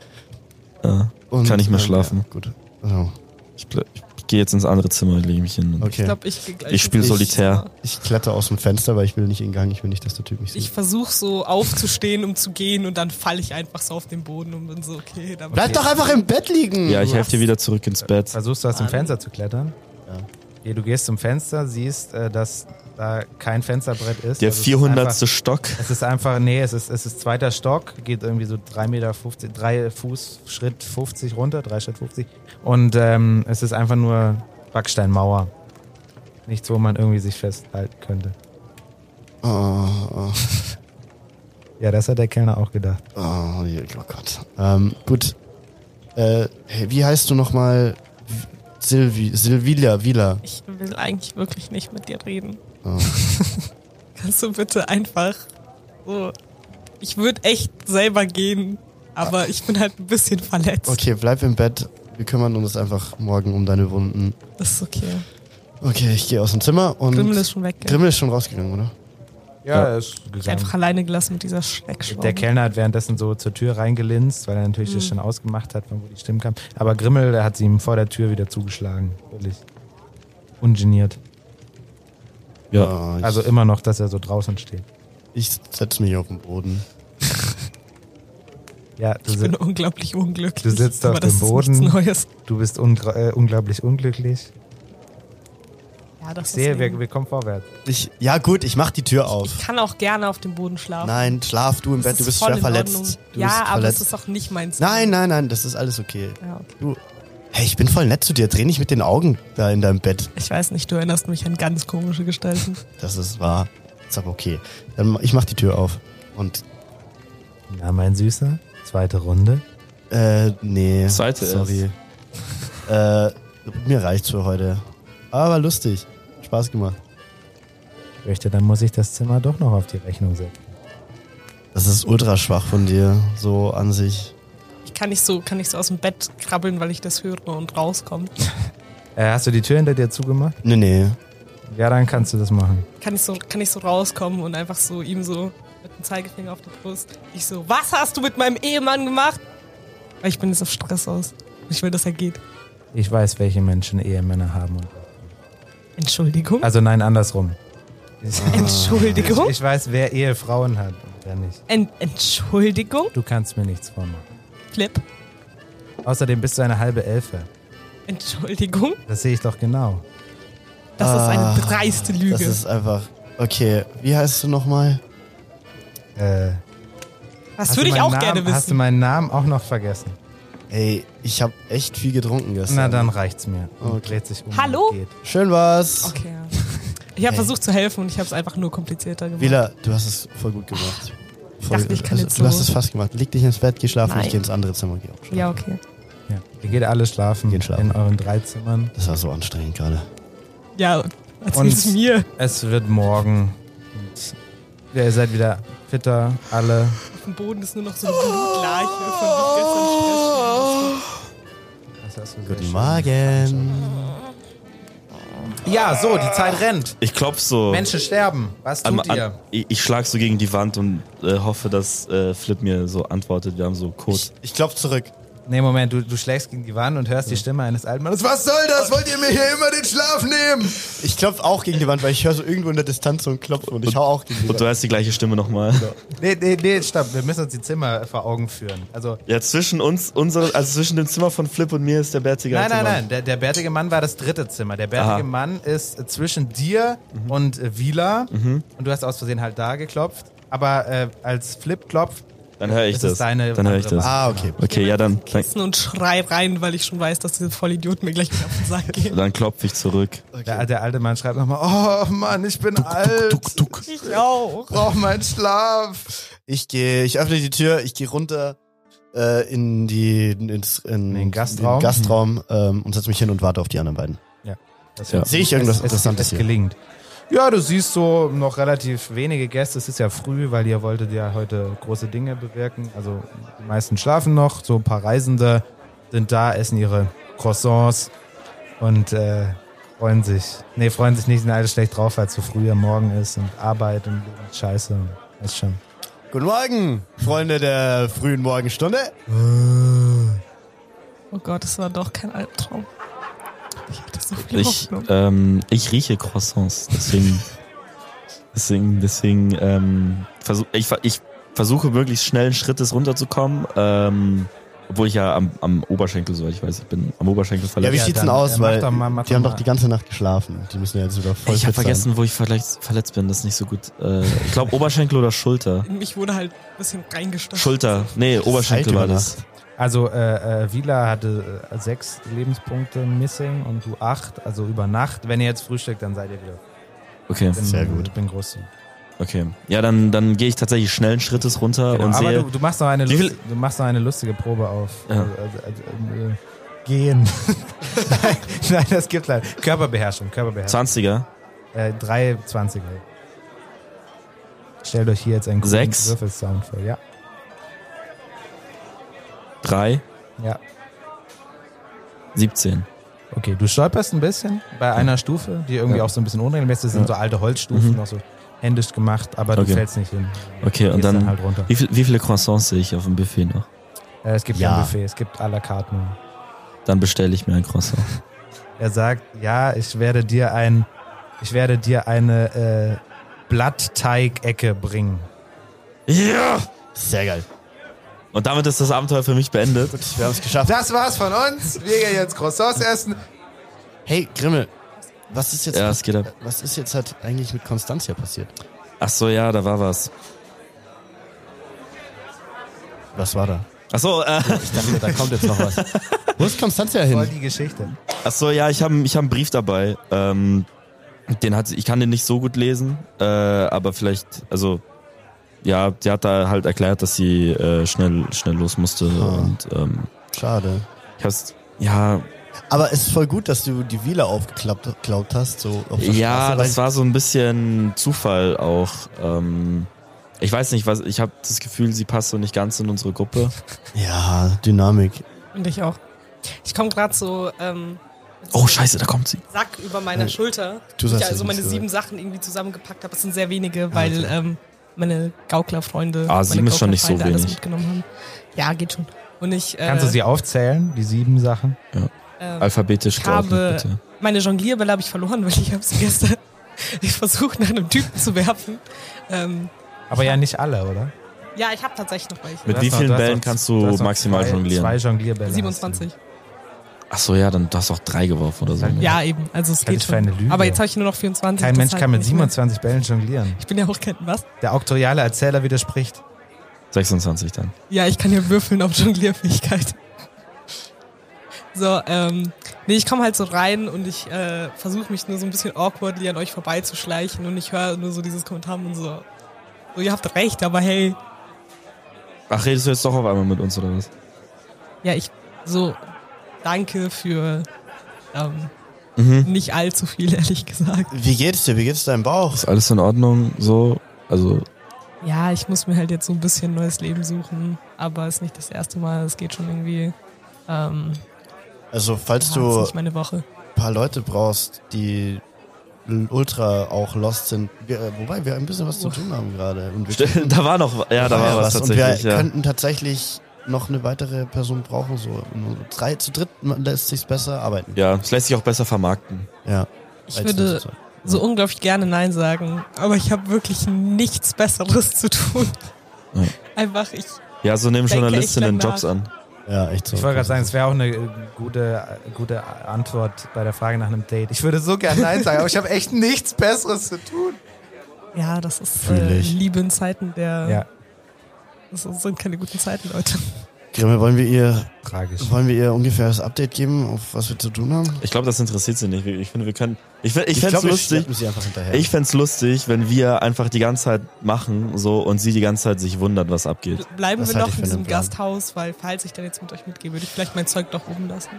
Speaker 4: Ja.
Speaker 5: Und,
Speaker 4: Kann ich mehr
Speaker 5: ähm,
Speaker 4: schlafen.
Speaker 5: Ja, gut. Also,
Speaker 4: Ich, ble- ich gehe jetzt ins andere Zimmer und lege mich hin.
Speaker 5: okay.
Speaker 6: Ich
Speaker 5: Ich,
Speaker 6: glaube, ich gehe gleich.
Speaker 4: Ich spiele
Speaker 5: Ich-
Speaker 4: solitär.
Speaker 5: kletter aus dem Fenster, weil ich will nicht in den Gang, ich will nicht, dass der Typ mich
Speaker 6: Ich
Speaker 5: sieht.
Speaker 6: versuche so aufzustehen, um zu gehen und dann falle ich einfach so auf den Boden und bin so, okay, dann
Speaker 5: Bleib doch einfach im Bett liegen!
Speaker 4: Ja, ich helfe dir wieder zurück ins Bett.
Speaker 3: Versuchst du aus dem Fenster zu klettern?
Speaker 5: Ja.
Speaker 3: Ja, Du gehst zum Fenster, siehst, äh, dass da kein Fensterbrett ist. Also
Speaker 4: Der
Speaker 3: es ist
Speaker 4: 400.
Speaker 3: einfach-
Speaker 4: Stock.
Speaker 3: Es ist einfach, nee, es ist, es ist zweiter Stock, geht irgendwie so 3 Meter, 50, 3 Fuß, Schritt 50 runter, 3 Schritt 50. Und ähm, es ist einfach nur Backsteinmauer. Nichts, wo man irgendwie sich festhalten könnte.
Speaker 5: Oh, oh,
Speaker 3: Ja, das hat der Kellner auch gedacht.
Speaker 5: oh, oh Gott. Ähm, gut. Äh, hey, wie heißt du nochmal? Silvi, Silvia, Vila.
Speaker 6: Ich will eigentlich wirklich nicht mit dir reden.
Speaker 5: Oh.
Speaker 6: Kannst du bitte einfach so. Ich würde echt selber gehen, aber ich bin halt ein bisschen verletzt.
Speaker 5: Okay, bleib im Bett. Wir kümmern uns einfach morgen um deine Wunden.
Speaker 6: Das ist okay.
Speaker 5: Okay, ich gehe aus dem Zimmer und.
Speaker 6: Grimmel ist schon weg. gell?
Speaker 5: Grimmel ist schon rausgegangen, oder?
Speaker 7: Ja, er ist gegangen.
Speaker 6: Einfach alleine gelassen mit dieser Schreckschraube.
Speaker 3: Der Kellner hat währenddessen so zur Tür reingelinst, weil er natürlich das schon ausgemacht hat, von wo die Stimmen kamen. Aber Grimmel, der hat sie ihm vor der Tür wieder zugeschlagen. Wirklich. Ungeniert.
Speaker 4: Ja.
Speaker 5: Äh, ich,
Speaker 3: Also immer noch, dass er so draußen steht.
Speaker 5: ich setze mich auf den Boden.
Speaker 3: Ja, du,
Speaker 6: ich
Speaker 3: si
Speaker 6: bin unglaublich unglücklich.
Speaker 3: du sitzt
Speaker 6: aber
Speaker 3: auf
Speaker 6: das
Speaker 3: dem
Speaker 6: Ist nichts
Speaker 3: Boden.
Speaker 6: Neues.
Speaker 3: du bist ungra- äh, unglaublich unglücklich.
Speaker 6: Ja, das
Speaker 3: Ich sehe,
Speaker 6: ist
Speaker 3: wir, wir kommen vorwärts.
Speaker 5: Ich, ja gut, ich mach die Tür
Speaker 6: ich
Speaker 5: auf.
Speaker 6: kann auch gerne auf dem Boden schlafen.
Speaker 5: Nein, schlaf du im
Speaker 6: Das
Speaker 5: Bett, du
Speaker 6: ist
Speaker 5: bist
Speaker 6: voll
Speaker 5: schwer
Speaker 6: in Ordnung.
Speaker 5: verletzt. Du
Speaker 6: ja,
Speaker 5: bist
Speaker 6: aber
Speaker 5: verletzt.
Speaker 6: das ist auch nicht mein Stil.
Speaker 5: Nein, nein, nein, das ist alles okay.
Speaker 6: Ja, okay.
Speaker 5: Du, hey, ich bin voll nett zu dir. Dreh nicht mit den Augen da in deinem Bett.
Speaker 6: Ich weiß nicht, du erinnerst mich an ganz komische Gestalten.
Speaker 5: Das ist wahr. Ist aber okay. Dann, ich mach die Tür auf. Und,
Speaker 3: Na, mein Süßer, zweite Runde.
Speaker 5: äh, nee.
Speaker 4: Zweite ist-
Speaker 5: Sorry. äh, mir reicht's für heute. Aber lustig. Spaß gemacht.
Speaker 3: Ich möchte, dann muss ich das Zimmer doch noch auf die Rechnung setzen.
Speaker 5: Das ist ultra schwach von dir, so an sich.
Speaker 6: Ich kann nicht so, kann nicht so aus dem Bett krabbeln, weil ich das höre und rauskomme.
Speaker 3: Äh, hast du die Tür hinter dir zugemacht?
Speaker 5: Nee, nee.
Speaker 3: Ja, dann kannst du das machen.
Speaker 6: Kann ich so, kann ich so rauskommen und einfach so ihm so mit dem Zeigefinger auf die Brust. Ich so, was hast du mit meinem Ehemann gemacht? Weil ich bin jetzt auf Stress aus. Ich will, dass er geht.
Speaker 3: Ich weiß, welche Menschen Ehemänner haben. Und
Speaker 6: Entschuldigung.
Speaker 3: also nein, andersrum. Ich,
Speaker 6: Entschuldigung.
Speaker 3: ich weiß, wer Ehefrauen hat und wer nicht.
Speaker 6: Ent Entschuldigung.
Speaker 3: Du kannst mir nichts vormachen.
Speaker 6: Flip.
Speaker 3: Außerdem bist du eine halbe Elfe.
Speaker 6: Entschuldigung.
Speaker 3: Das sehe ich doch genau.
Speaker 6: Das ist
Speaker 5: Ah,
Speaker 6: eine dreiste Lüge.
Speaker 5: Das ist einfach. Okay, wie heißt du nochmal?
Speaker 3: Äh,
Speaker 6: das
Speaker 3: hast
Speaker 6: würde
Speaker 3: du meinen
Speaker 6: ich auch
Speaker 3: Namen,
Speaker 6: gerne
Speaker 3: Hast du
Speaker 6: wissen.
Speaker 3: meinen Namen auch noch vergessen?
Speaker 5: Ey, ich habe echt viel getrunken gestern.
Speaker 3: Na, dann reicht's mir. Und
Speaker 5: Okay.
Speaker 3: dreht sich um
Speaker 6: Hallo?
Speaker 3: und geht.
Speaker 5: Schön war's. Okay.
Speaker 6: Okay. ja. Ich habe
Speaker 5: Ey.
Speaker 6: versucht zu helfen und ich habe es einfach nur komplizierter gemacht.
Speaker 5: Wila, du hast es voll gut gemacht. Voll also,
Speaker 6: dachte, ich kann jetzt
Speaker 5: Du
Speaker 6: so-
Speaker 5: hast es fast gemacht. Leg dich ins Bett, geh schlafen,
Speaker 6: Nein.
Speaker 5: ich geh ins andere Zimmer, geh auch schlafen.
Speaker 6: Ja, okay.
Speaker 3: Ja. Ihr geht alle schlafen,
Speaker 5: Geht schlafen.
Speaker 3: in euren drei Zimmern.
Speaker 5: Das war so anstrengend gerade.
Speaker 6: Ja,
Speaker 3: Und-
Speaker 6: erzähl's mir.
Speaker 3: Es wird morgen. Und ihr seid wieder fitter, alle.
Speaker 6: Auf dem Boden ist nur noch so eine Blutleiche von wie gestern Stress.
Speaker 3: Das hast du sehr
Speaker 5: Guten
Speaker 3: schön.
Speaker 5: Morgen.
Speaker 3: Ja, so, die Zeit rennt.
Speaker 4: Ich klopf so.
Speaker 3: Menschen sterben. Was
Speaker 4: Am-
Speaker 3: tut
Speaker 4: an-
Speaker 3: ihr?
Speaker 4: ich, ich schlag so gegen die Wand und äh, hoffe, dass äh, Flip mir so antwortet. Wir haben so kurz.
Speaker 5: Ich klopf zurück.
Speaker 3: Nee, Moment, du, du schlägst gegen die Wand und hörst die Stimme eines alten Mannes. Was soll das? Wollt ihr mir hier immer den Schlaf nehmen?
Speaker 5: Ich klopf auch gegen die Wand, weil ich höre so irgendwo in der Distanz so einen Klopfen und ich hau auch gegen die
Speaker 4: Und du
Speaker 5: Wand.
Speaker 4: hörst die gleiche Stimme nochmal.
Speaker 3: Nee, nee, nee, stopp. Wir müssen uns die Zimmer vor Augen führen. Also,
Speaker 4: Ja, zwischen uns, unsere, also zwischen dem Zimmer von Flip und mir ist der bärtige halt
Speaker 3: nein,
Speaker 4: alte
Speaker 3: nein,
Speaker 4: Mann.
Speaker 3: nein. Der, der bärtige Mann war das dritte Zimmer. Der bärtige
Speaker 4: Aha. Mhm.
Speaker 3: Mann ist äh, zwischen dir und äh, Vila. Und du hast aus Versehen halt da geklopft. Aber äh, als Flip klopft,
Speaker 4: Dann höre ich
Speaker 3: Das
Speaker 4: das.
Speaker 3: ist deine
Speaker 4: dann höre ich
Speaker 3: andere
Speaker 4: das.
Speaker 3: Wahl.
Speaker 5: Ah, okay.
Speaker 4: Okay, ja, dann, dann,
Speaker 6: Sitzen Und schrei rein, weil ich schon weiß, dass diese Vollidioten mir gleich wieder auf den Sack gehen.
Speaker 4: dann klopfe ich zurück.
Speaker 3: der, der alte Mann schreibt nochmal: Oh Mann, ich bin alt.
Speaker 6: Ich auch.
Speaker 3: Brauch meinen Schlaf.
Speaker 5: Ich gehe, ich öffne die Tür, ich gehe runter äh, in die ins, in,
Speaker 3: In den Gastraum.
Speaker 5: den Gastraum ähm, und setze mich hin und warte auf die anderen beiden.
Speaker 4: Ja.
Speaker 5: Sehe ich irgendwas
Speaker 3: es,
Speaker 5: Interessantes
Speaker 3: es, es
Speaker 5: hier?
Speaker 3: gelingt. Ja, du siehst so noch relativ wenige Gäste. Es ist ja früh, weil ihr wolltet ja heute große Dinge bewirken. Also die meisten schlafen noch, so ein paar Reisende sind da, essen ihre Croissants und äh, freuen sich. Nee, freuen sich nicht, sind alle schlecht drauf, weil es so früh am Morgen ist und Arbeit und Scheiße. Ist schon.
Speaker 5: Guten Morgen, Freunde der frühen Morgenstunde.
Speaker 6: Oh Gott, das war doch kein Albtraum. Ich hatte so viel
Speaker 4: Ich,
Speaker 6: Hoffnung.
Speaker 4: ähm, ich rieche Croissants, deswegen, deswegen, deswegen, ähm, versuch, ich, ver- ich versuche möglichst schnellen Schrittes runterzukommen, ähm, obwohl ich ja am, am Oberschenkel, soweit ich weiß, ich bin am Oberschenkel
Speaker 5: Ja,
Speaker 4: verletzt.
Speaker 5: wie
Speaker 3: Ja,
Speaker 5: sieht's denn
Speaker 3: dann, äh,
Speaker 5: aus?
Speaker 3: mach
Speaker 5: Weil
Speaker 3: doch mal- mach
Speaker 5: die
Speaker 3: doch
Speaker 5: haben
Speaker 3: mal.
Speaker 5: doch die ganze Nacht geschlafen. Die müssen ja jetzt wieder voll
Speaker 4: ich habe
Speaker 5: fit sein.
Speaker 4: vergessen, wo ich verletzt, verletzt bin, das ist nicht so gut. Äh, ich glaube Oberschenkel oder Schulter.
Speaker 6: In mich wurde halt ein bisschen reingestochen.
Speaker 4: Schulter, nee, Oberschenkel war
Speaker 5: über
Speaker 4: das.
Speaker 3: Also äh, äh, Vila hatte äh, sechs Lebenspunkte missing und du acht, also über Nacht. Wenn ihr jetzt frühstückt, dann seid ihr wieder.
Speaker 4: Okay,
Speaker 3: Bin,
Speaker 5: Sehr gut.
Speaker 3: Bin großzügig.
Speaker 4: okay. Ja, dann, dann gehe ich tatsächlich schnellen Schrittes runter
Speaker 3: Genau,
Speaker 4: und
Speaker 3: aber
Speaker 4: sehe.
Speaker 3: du, du, machst noch eine
Speaker 4: Wie viel-
Speaker 3: lust, du machst noch eine lustige Probe auf.
Speaker 4: Ja.
Speaker 3: Also, also, also, ähm, äh, gehen. nein, nein, das gibt leider. Körperbeherrschung, Körperbeherrschung.
Speaker 4: 20er.
Speaker 3: Äh, drei 20er. Stellt euch hier jetzt einen coolen
Speaker 4: Sechs.
Speaker 3: Würfelsound vor. Ja,
Speaker 4: Drei,
Speaker 3: ja.
Speaker 4: 17.
Speaker 3: Okay, du stolperst ein bisschen bei einer Stufe, die irgendwie
Speaker 4: Ja. Mhm.
Speaker 3: auch so ein bisschen unregelmäßig ist. Das sind so alte Holzstufen noch so. händisch gemacht, aber
Speaker 4: Okay.
Speaker 3: du fällst nicht hin.
Speaker 4: Okay, und
Speaker 3: Gehst dann
Speaker 4: dann,
Speaker 3: halt runter.
Speaker 4: wie, viel, wie viele Croissants sehe ich auf dem Buffet noch?
Speaker 3: Äh, es gibt
Speaker 5: Ja.
Speaker 3: ja. ein Buffet, es gibt à la carte nur.
Speaker 4: Dann bestelle ich mir ein Croissant.
Speaker 3: Er sagt, ja, ich werde dir ein, ich werde dir eine äh, Blattteigecke bringen.
Speaker 4: Ja!
Speaker 5: Sehr geil.
Speaker 4: Und damit ist das Abenteuer für mich beendet.
Speaker 5: Wir haben es geschafft.
Speaker 3: Das war's von uns. Wir gehen jetzt Croissants essen.
Speaker 5: Hey, Grimmel. Was ist jetzt,
Speaker 4: Ja, es geht ab.
Speaker 5: was ist jetzt halt eigentlich mit Constantia passiert?
Speaker 4: Ach so, ja, da war was.
Speaker 5: Was war da?
Speaker 4: Ach so, äh,
Speaker 5: Ich dachte, da kommt jetzt noch was. Wo ist Constantia
Speaker 3: Voll
Speaker 5: hin?
Speaker 3: die Geschichte.
Speaker 4: ach so, ja, ich habe ich hab einen Brief dabei. Ähm, den hat, ich kann den nicht so gut lesen, äh, aber vielleicht, also ja, die hat da halt erklärt, dass sie äh, schnell schnell los musste und ähm,
Speaker 5: Schade.
Speaker 4: ich hab's, ja,
Speaker 5: Aber es ist voll gut, dass du die Wiele aufgeklappt geklappt hast. So auf der
Speaker 4: Ja,
Speaker 5: Straße,
Speaker 4: das
Speaker 5: weil-
Speaker 4: war so ein bisschen Zufall auch. Ähm, ich weiß nicht, was ich habe das Gefühl, sie passt so nicht ganz in unsere Gruppe.
Speaker 5: Ja, Dynamik.
Speaker 6: Und ich auch. Ich komme gerade so ähm,
Speaker 4: Oh Scheiße, da kommt sie.
Speaker 6: Sack über
Speaker 3: Äh.
Speaker 6: meiner Schulter.
Speaker 5: Du
Speaker 6: wo
Speaker 5: sagst
Speaker 6: ich also
Speaker 5: das
Speaker 6: meine
Speaker 5: nicht so.
Speaker 6: sieben Sachen irgendwie zusammengepackt habe. Es sind sehr wenige, weil ähm, meine Gauklerfreunde.
Speaker 4: Ah,
Speaker 6: meine
Speaker 4: sieben ist schon nicht so
Speaker 6: Gauklerfeinde alles
Speaker 4: wenig.
Speaker 6: Mitgenommen haben. Ja, geht schon. Und ich, äh,
Speaker 3: Kannst du sie aufzählen, die sieben Sachen?
Speaker 6: ähm,
Speaker 4: Alphabetisch
Speaker 6: ich
Speaker 4: geordnet,
Speaker 6: habe
Speaker 4: bitte.
Speaker 6: meine Jonglierbälle habe ich verloren, weil ich habe sie gestern ich versucht nach einem Typen zu werfen. Ähm,
Speaker 3: Aber ja nicht alle, oder?
Speaker 6: ja, ich habe tatsächlich noch welche.
Speaker 4: Mit
Speaker 3: Du
Speaker 4: wie
Speaker 3: hast noch-
Speaker 4: vielen
Speaker 3: du hast
Speaker 4: Bällen
Speaker 3: noch-
Speaker 4: kannst du
Speaker 3: hast noch
Speaker 4: maximal
Speaker 3: zwei,
Speaker 4: jonglieren?
Speaker 3: Zwei Jonglierbälle.
Speaker 6: 27.
Speaker 4: Ach so, ja, dann du hast auch drei geworfen oder so. ne?
Speaker 3: Sag mir-
Speaker 6: Ja, eben. Also es
Speaker 3: Das
Speaker 6: geht
Speaker 3: ist für eine
Speaker 6: schon.
Speaker 3: Lüge.
Speaker 6: Aber jetzt habe ich nur noch 24.
Speaker 3: Kein
Speaker 6: das
Speaker 3: Mensch
Speaker 6: heißt
Speaker 3: kann mit
Speaker 6: nicht mehr.
Speaker 3: 27 Bällen jonglieren.
Speaker 6: Ich bin ja auch kein was.
Speaker 3: Der auktoriale Erzähler widerspricht.
Speaker 4: 26 dann.
Speaker 6: Ja, ich kann ja würfeln auf Jonglierfähigkeit. So, ähm, nee, ich komme halt so rein und ich äh, versuche mich nur so ein bisschen awkwardly an euch vorbeizuschleichen und ich höre nur so dieses Kommentar und so, so, ihr habt recht, aber hey,
Speaker 4: Ach, redest du jetzt doch auf einmal mit uns oder was?
Speaker 6: ja, ich, so, danke für ähm,
Speaker 4: Mhm.
Speaker 6: nicht allzu viel, ehrlich gesagt.
Speaker 5: Wie geht's dir? Wie geht's deinem Bauch?
Speaker 6: Also,
Speaker 4: Ist alles in Ordnung so? Also,
Speaker 6: Ja, ich muss mir halt jetzt so ein bisschen neues Leben suchen, aber ist nicht das erste Mal, es geht schon irgendwie, ähm,
Speaker 5: Also, falls
Speaker 6: ja, ist
Speaker 5: du
Speaker 6: nicht meine Woche.
Speaker 5: ein paar Leute brauchst, die l- ultra auch lost sind, wir, äh, wobei wir ein bisschen was zu tun haben gerade. Und wir könnten-
Speaker 4: da war noch, ja, da war was
Speaker 5: Und wir
Speaker 4: tatsächlich. Ja.
Speaker 5: könnten tatsächlich noch eine weitere Person brauchen. So Nur so drei zu dritt lässt sich besser arbeiten.
Speaker 4: ja, es lässt sich auch besser vermarkten.
Speaker 5: Ja.
Speaker 6: Ich würde, so unglaublich gerne Nein sagen, aber ich habe wirklich nichts Besseres zu tun.
Speaker 4: Ja.
Speaker 6: Einfach, ich,
Speaker 4: Ja, so nehmen
Speaker 6: Denke ich
Speaker 4: Journalistinnen
Speaker 6: dann
Speaker 4: Jobs an.
Speaker 5: Ja, echt so.
Speaker 3: Ich wollte gerade sagen, es wäre auch eine äh, gute, äh, gute Antwort bei der Frage nach einem Date. Ich würde so gerne Nein sagen, aber ich habe echt nichts Besseres zu tun.
Speaker 6: ja, das ist
Speaker 5: Fühl
Speaker 6: äh,
Speaker 5: ich.
Speaker 6: Liebe in Zeiten der,
Speaker 3: Ja,
Speaker 6: das sind keine guten Zeiten, Leute.
Speaker 5: Grimme, wollen wir ihr,
Speaker 3: tragisch.
Speaker 5: wollen wir ihr ungefähr das Update geben, auf was wir zu tun haben?
Speaker 4: Ich glaube, das interessiert sie nicht. Ich finde, wir können. Ich, fänd- ich fänd's
Speaker 5: glaub, wir
Speaker 4: lustig.
Speaker 5: schleppen sie einfach hinterher.
Speaker 4: Ich fänd's lustig, wenn wir einfach die ganze Zeit machen so und sie die ganze Zeit sich wundert, was abgeht.
Speaker 6: Bleiben
Speaker 5: Das
Speaker 6: wir
Speaker 5: halte
Speaker 6: noch
Speaker 5: ich
Speaker 6: in
Speaker 5: für einen
Speaker 6: diesem
Speaker 5: Plan.
Speaker 6: Gasthaus, weil falls ich dann jetzt mit euch mitgehe, würde ich vielleicht mein Zeug doch oben lassen.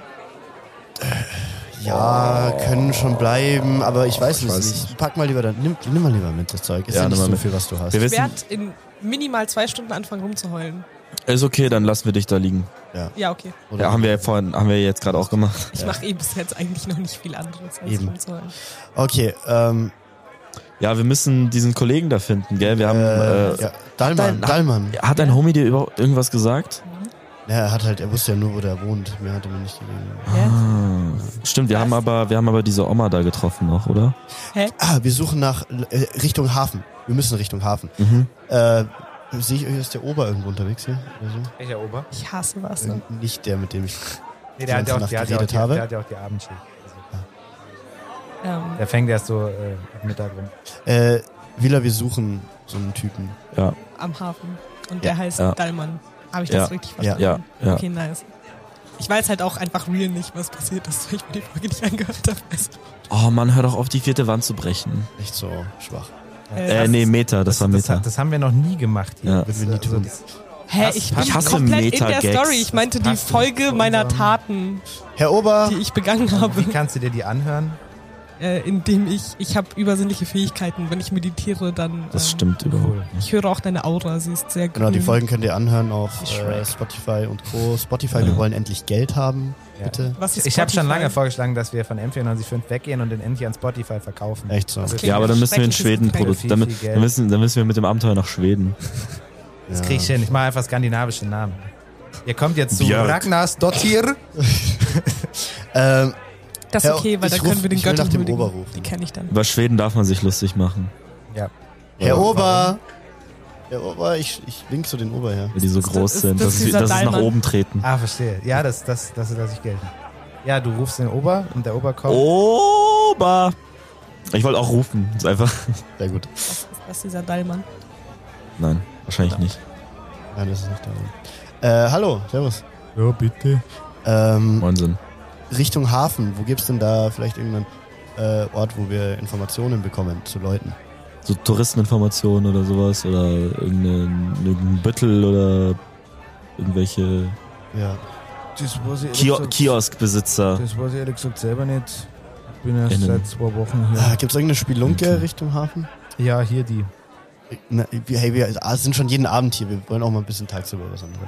Speaker 5: ja, können schon bleiben, aber ich weiß
Speaker 4: Oh. ich
Speaker 5: es
Speaker 4: weiß
Speaker 5: nicht. Pack mal lieber, dann, nimm, nimm mal lieber mit das Zeug. Ist
Speaker 4: Ja,
Speaker 5: ja,
Speaker 4: nimm
Speaker 5: nicht
Speaker 4: mal
Speaker 5: so
Speaker 4: mit.
Speaker 5: viel, was du hast.
Speaker 4: Wir
Speaker 6: Ich
Speaker 4: wissen,
Speaker 6: werde in minimal zwei Stunden anfangen rumzuheulen.
Speaker 4: ist okay, dann lassen wir dich da liegen.
Speaker 6: Ja, okay.
Speaker 5: Oder?
Speaker 4: Ja, haben wir ja vorhin, haben wir jetzt gerade auch gemacht.
Speaker 6: Ich mache eh bis jetzt eigentlich noch nicht viel anderes als
Speaker 5: Eben.
Speaker 6: rumzuheulen.
Speaker 5: Okay, ähm,
Speaker 4: Ja, wir müssen diesen Kollegen da finden, gell? Wir haben.
Speaker 5: äh,
Speaker 4: Äh,
Speaker 5: ja,
Speaker 4: dein-
Speaker 5: Dallmann, Dallmann.
Speaker 4: Hat dein Homie dir überhaupt irgendwas gesagt?
Speaker 5: Ja, er hat halt, er wusste ja nur, wo der wohnt. Mehr hat er mir nicht gegeben.
Speaker 4: Ah, stimmt, wir haben aber, wir haben aber diese Oma da getroffen noch, oder?
Speaker 5: Ah, wir suchen nach äh, Richtung Hafen. Wir müssen Richtung Hafen. Äh, Sehe ich euch als der Ober irgendwo unterwegs hier? Oder so?
Speaker 3: Welcher Ober?
Speaker 6: Ich hasse was.
Speaker 5: Äh, Nicht der, mit dem ich.
Speaker 3: Nee, der hat ja auch, der hat ja auch,
Speaker 5: Geredet
Speaker 3: die-
Speaker 5: habe.
Speaker 3: der hat ja auch die Abendschicht. Also,
Speaker 6: Ähm,
Speaker 3: der fängt erst so äh, am Mittag rum.
Speaker 5: Äh, Villa, wir suchen so einen Typen.
Speaker 4: Ja,
Speaker 6: am Hafen. Und
Speaker 5: Ja.
Speaker 6: der heißt
Speaker 4: Ja.
Speaker 6: Dallmann. Habe ich
Speaker 4: Ja.
Speaker 6: das richtig verstanden?
Speaker 4: ja, ja.
Speaker 6: Okay, nice. Ich weiß halt auch einfach real nicht, was passiert ist, weil ich mir die Folge nicht angehört habe. Also,
Speaker 4: Oh Mann, hör doch auf, die vierte Wand zu brechen.
Speaker 5: Echt so schwach.
Speaker 4: Äh, nee, Meter, das war
Speaker 3: Das,
Speaker 4: Meter.
Speaker 3: hat, das haben wir noch nie gemacht hier.
Speaker 4: Ja.
Speaker 3: Das,
Speaker 5: Würden wir nie
Speaker 3: also,
Speaker 5: tun.
Speaker 3: das-
Speaker 6: Hä,
Speaker 3: passt-
Speaker 6: ich bin
Speaker 3: passt
Speaker 4: hasse
Speaker 6: komplett in der
Speaker 4: Meta-Gags.
Speaker 6: Story. Ich meinte die
Speaker 3: passt nicht
Speaker 6: Folge
Speaker 3: zu
Speaker 6: meiner
Speaker 3: unserem-
Speaker 6: Taten,
Speaker 5: Herr Ober!
Speaker 6: die ich begangen
Speaker 3: Wie
Speaker 6: habe.
Speaker 3: kannst du dir die anhören?
Speaker 6: äh, indem ich, ich habe übersinnliche Fähigkeiten. Wenn ich meditiere, dann.
Speaker 4: Das
Speaker 6: ähm,
Speaker 4: stimmt überhaupt. nicht.
Speaker 6: Ich höre auch deine Aura, sie ist sehr
Speaker 5: Genau, die
Speaker 3: Mhm.
Speaker 6: grün.
Speaker 5: Folgen könnt ihr anhören auf äh,
Speaker 6: Shrek.
Speaker 5: Spotify und Co. Spotify, wir wollen endlich Geld haben,
Speaker 3: Ja.
Speaker 5: bitte.
Speaker 6: Was ist
Speaker 3: Ich habe schon
Speaker 6: Spotify?
Speaker 3: lange vorgeschlagen, dass wir von M495 weggehen und den endlich an Spotify verkaufen.
Speaker 5: Echt so.
Speaker 3: Also,
Speaker 4: Ja, aber dann müssen wir in
Speaker 6: Schreckliches
Speaker 4: Schweden
Speaker 6: Getränk.
Speaker 4: produzieren. Dann,
Speaker 3: Viel, viel Geld.
Speaker 4: dann, müssen, dann müssen wir mit dem Abenteuer nach Schweden.
Speaker 3: Das krieg ich hin. Ich mache einfach skandinavischen Namen. Ihr kommt jetzt zu
Speaker 1: Björk.
Speaker 3: Ragnars Dottir.
Speaker 5: Ähm,
Speaker 6: Das ist
Speaker 5: Ja,
Speaker 6: okay, weil
Speaker 5: ich
Speaker 6: da
Speaker 5: ruf-
Speaker 6: können wir den
Speaker 5: ich will
Speaker 6: Götter
Speaker 5: nach dem
Speaker 6: huldigen.
Speaker 5: Oberruf.
Speaker 6: Die kenne ich dann.
Speaker 4: Über Schweden darf man sich lustig machen,
Speaker 5: Herr
Speaker 3: Warum?
Speaker 5: Ober! Herr Ober, ich, ich wink zu den Ober her.
Speaker 4: weil die so
Speaker 6: Ist das-
Speaker 4: groß
Speaker 6: ist
Speaker 4: sind.
Speaker 6: das
Speaker 4: Das ist,
Speaker 6: dieser
Speaker 4: das ist nach
Speaker 6: Daimann?
Speaker 4: oben treten.
Speaker 3: Ah, verstehe. Ja, das, das, das lasse ich gelten. Ja, du rufst den Ober und der Ober
Speaker 4: Oh,
Speaker 3: kommt.
Speaker 4: Ober! Ich wollte auch rufen. Ist einfach.
Speaker 5: Sehr gut.
Speaker 6: Was ist das, dieser Dallmann?
Speaker 4: Nein, wahrscheinlich nicht.
Speaker 5: Nein, das ist nicht da. Äh, hallo, servus.
Speaker 7: Ja, bitte.
Speaker 5: Ähm,
Speaker 4: Moinsinn.
Speaker 5: Richtung Hafen, wo gibt's denn da vielleicht irgendeinen äh, Ort, wo wir Informationen bekommen zu Leuten?
Speaker 4: So Touristeninformationen oder sowas oder irgendein, irgendein Büttel oder irgendwelche
Speaker 5: Ja.
Speaker 7: Das weiß ich ehrlich
Speaker 4: Kio
Speaker 7: gesagt-
Speaker 4: Kioskbesitzer.
Speaker 7: Das weiß ich ehrlich gesagt selber nicht. Ich bin erst
Speaker 4: Innen.
Speaker 7: seit zwei Wochen
Speaker 5: Ah,
Speaker 7: hier.
Speaker 5: gibt's irgendeine Spielunke
Speaker 4: Okay.
Speaker 5: Richtung Hafen?
Speaker 3: Ja, hier die.
Speaker 5: Na, wir- hey, wir ah, sind schon jeden Abend hier. Wir wollen auch mal ein bisschen tagsüber was anderes.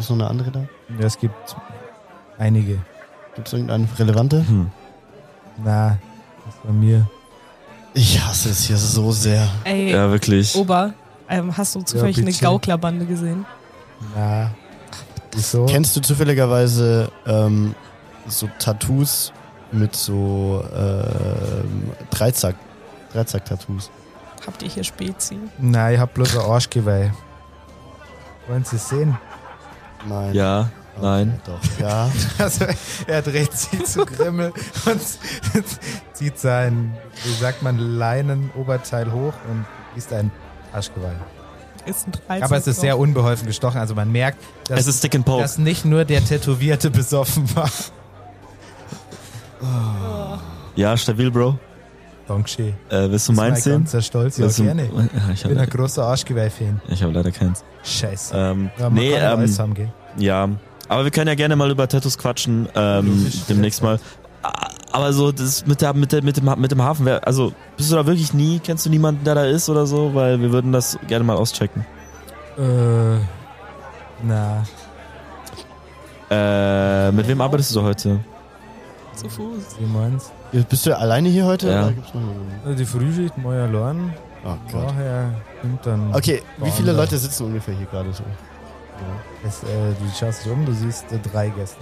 Speaker 5: Ist noch eine andere da?
Speaker 3: Ja, es gibt einige.
Speaker 5: Gibt's irgendeine relevante?
Speaker 4: Hm.
Speaker 3: Na, das bei mir.
Speaker 5: Ich hasse es hier so sehr.
Speaker 6: Ey,
Speaker 4: Ja, wirklich.
Speaker 3: Oh.
Speaker 6: Ober, ähm, hast du zufällig eine
Speaker 3: bitte.
Speaker 6: Gauklerbande gesehen?
Speaker 3: Na. Wieso?
Speaker 5: Kennst du zufälligerweise ähm, so Tattoos mit so ähm, Dreizack? Dreizack-Tattoos.
Speaker 6: Habt ihr hier Spezi?
Speaker 3: Nein, ich hab bloß ein Arschgeweih. Wollen Sie es sehen?
Speaker 5: Nein.
Speaker 4: Ja,
Speaker 5: Okay,
Speaker 4: nein.
Speaker 5: Doch, ja.
Speaker 3: Also, er dreht sich zu Grimmel und zieht sein, wie sagt man, Leinenoberteil hoch und liest ein Arschgeweih.
Speaker 6: Ist ein Dreizack.
Speaker 3: Aber es ist
Speaker 6: drauf.
Speaker 3: sehr unbeholfen gestochen, also man merkt,
Speaker 4: Es
Speaker 3: dass,
Speaker 4: ist Stick and Poke.
Speaker 3: dass nicht nur der Tätowierte besoffen war.
Speaker 4: Ja, stabil, Bro.
Speaker 3: Donkshi.
Speaker 4: Äh, willst du meins
Speaker 3: mein
Speaker 4: sehen?
Speaker 3: ganzer Stolz, ja,
Speaker 4: Willst du-
Speaker 3: gerne.
Speaker 4: Ja, ich
Speaker 3: Ich bin ein
Speaker 4: habe
Speaker 3: großer Arschgeweih-Fan.
Speaker 4: hab leider keins.
Speaker 3: Scheiße.
Speaker 4: Ähm,
Speaker 3: Ja, man
Speaker 4: nee,
Speaker 3: kann ja
Speaker 4: ähm,
Speaker 3: alles haben, gell?
Speaker 4: Ja, aber wir können ja gerne mal über Tattoos quatschen ähm, demnächst mal. A- Aber so das mit der mit der mit dem Ha- mit dem Hafen, wär, also bist du da wirklich nie? Kennst du niemanden, der da ist oder so? Weil wir würden das gerne mal auschecken.
Speaker 3: Äh, na,
Speaker 4: Äh, mit wem arbeitest du so heute?
Speaker 6: Zu Fuß.
Speaker 3: wie meinst Äh,
Speaker 5: Bist du alleine hier heute?
Speaker 4: Ja.
Speaker 5: Oder gibt's noch einen?
Speaker 3: Die Frühschicht, Moja Lorn,
Speaker 5: Oh Gott.
Speaker 3: vorher nimmt dann...
Speaker 5: Okay, wie
Speaker 3: Boah,
Speaker 5: viele
Speaker 3: ne.
Speaker 5: Leute sitzen ungefähr hier gerade so?
Speaker 3: Es, äh, du schaust dich um, du siehst äh, drei Gäste.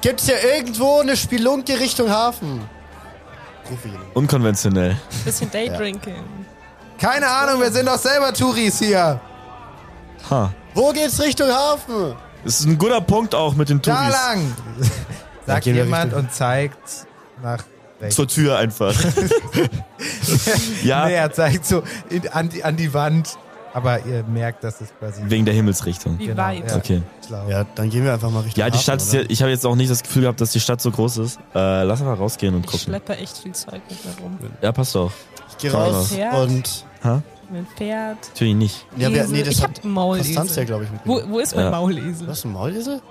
Speaker 5: Gibt's hier irgendwo eine Spielunke Richtung Hafen? Rufe jemanden.
Speaker 4: Unkonventionell.
Speaker 6: Bisschen Daydrinking.
Speaker 3: Keine Ahnung, wir sind doch selber Touris hier.
Speaker 4: Ha.
Speaker 5: Wo geht's Richtung Hafen?
Speaker 4: Das ist ein guter Punkt auch mit den
Speaker 3: Da
Speaker 4: Touris.
Speaker 3: lang.
Speaker 5: Ja,
Speaker 3: Sagt
Speaker 5: gehen wir
Speaker 3: jemand
Speaker 5: Richtung-
Speaker 3: und zeigt nach rechts.
Speaker 4: Zur Tür einfach. ja,
Speaker 3: Nee, er zeigt so in, an, die, an die Wand. Aber ihr merkt, dass es quasi...
Speaker 4: wegen der Himmelsrichtung.
Speaker 6: Wie
Speaker 3: Genau,
Speaker 6: weit?
Speaker 3: ja.
Speaker 4: Okay.
Speaker 3: schlau.
Speaker 5: Ja, dann gehen wir einfach mal Richtung
Speaker 4: Ja, die
Speaker 5: Hafen,
Speaker 4: Stadt ist
Speaker 5: oder?
Speaker 4: ja, ich habe jetzt auch nicht das Gefühl gehabt, dass die Stadt so groß ist. Äh, lass einfach rausgehen und
Speaker 6: Ich
Speaker 4: gucken.
Speaker 6: schleppe echt viel Zeug mit mir rum.
Speaker 4: Ja, passt doch.
Speaker 5: Ich geh raus
Speaker 6: Pferd.
Speaker 5: und...
Speaker 6: Mein Pferd.
Speaker 4: Natürlich nicht.
Speaker 5: Ja, wir,
Speaker 6: Esel.
Speaker 5: nee, das
Speaker 6: ich
Speaker 5: hat
Speaker 6: hab einen Maulesel.
Speaker 5: Konstanz ja, glaube ich,
Speaker 6: wo,
Speaker 5: mitgenommen.
Speaker 6: wo ist mein
Speaker 4: Ja.
Speaker 6: Maulesel?
Speaker 5: Was, ein Maulesel?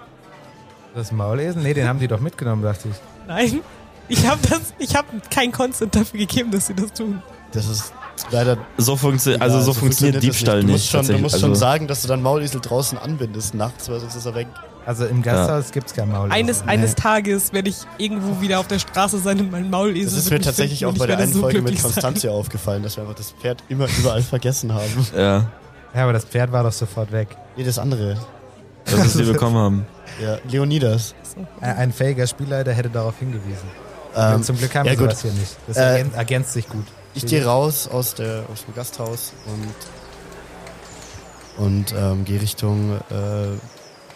Speaker 3: Das Maulesen? Nee, den haben die doch mitgenommen, dachte ich.
Speaker 6: Nein. Ich habe das, ich habe kein Consent dafür gegeben, dass sie das tun.
Speaker 5: Das ist leider...
Speaker 4: So, funkti also so, funktioniert
Speaker 5: das
Speaker 4: Diebstahl
Speaker 5: nicht.
Speaker 4: nicht.
Speaker 5: Du musst, schon, du
Speaker 4: tatsächlich.
Speaker 5: musst schon
Speaker 4: Also,
Speaker 5: sagen, dass du dann Maulesel draußen anbindest nachts, weil sonst ist er weg.
Speaker 3: Also im Gasthaus gibt's kein Maulesen.
Speaker 6: Eines, eines Tages werde ich irgendwo wieder auf der Straße sein und mein Maulesel.
Speaker 5: Das ist
Speaker 6: wird
Speaker 5: mir
Speaker 6: mich
Speaker 5: tatsächlich
Speaker 6: finden
Speaker 5: auch
Speaker 6: und
Speaker 5: bei
Speaker 6: ich
Speaker 5: der
Speaker 6: werde
Speaker 5: einen
Speaker 6: so
Speaker 5: Folge mit
Speaker 6: glücklich sein.
Speaker 5: Konstanz hier aufgefallen, dass wir einfach das Pferd immer überall vergessen haben.
Speaker 4: ja,
Speaker 3: Ja, aber das Pferd war doch sofort weg.
Speaker 5: Nee, das andere.
Speaker 4: das, was wir bekommen haben.
Speaker 5: Ja, Leonidas.
Speaker 3: Ein, ein fähiger Spielleiter hätte darauf hingewiesen.
Speaker 5: Ähm,
Speaker 3: Zum Glück haben
Speaker 5: ja,
Speaker 3: wir
Speaker 5: gut.
Speaker 3: sowas hier nicht. Das
Speaker 5: Äh,
Speaker 3: ergän- ergänzt sich gut.
Speaker 5: Ich gehe raus aus, der, aus dem Gasthaus und, und ähm, gehe Richtung, äh,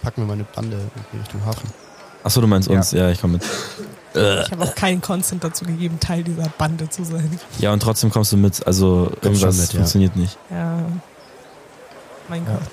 Speaker 5: pack mir meine Bande und gehe Richtung Hafen.
Speaker 4: Achso, du meinst
Speaker 3: Ja.
Speaker 4: uns. Ja, ich komme mit. Äh,
Speaker 6: Ich habe auch keinen Consent dazu gegeben, Teil dieser Bande zu sein.
Speaker 4: ja, und trotzdem kommst du mit. Also, irgendwas
Speaker 5: schon mit, ja.
Speaker 4: funktioniert nicht.
Speaker 6: Ja. Mein
Speaker 3: Ja.
Speaker 6: Gott.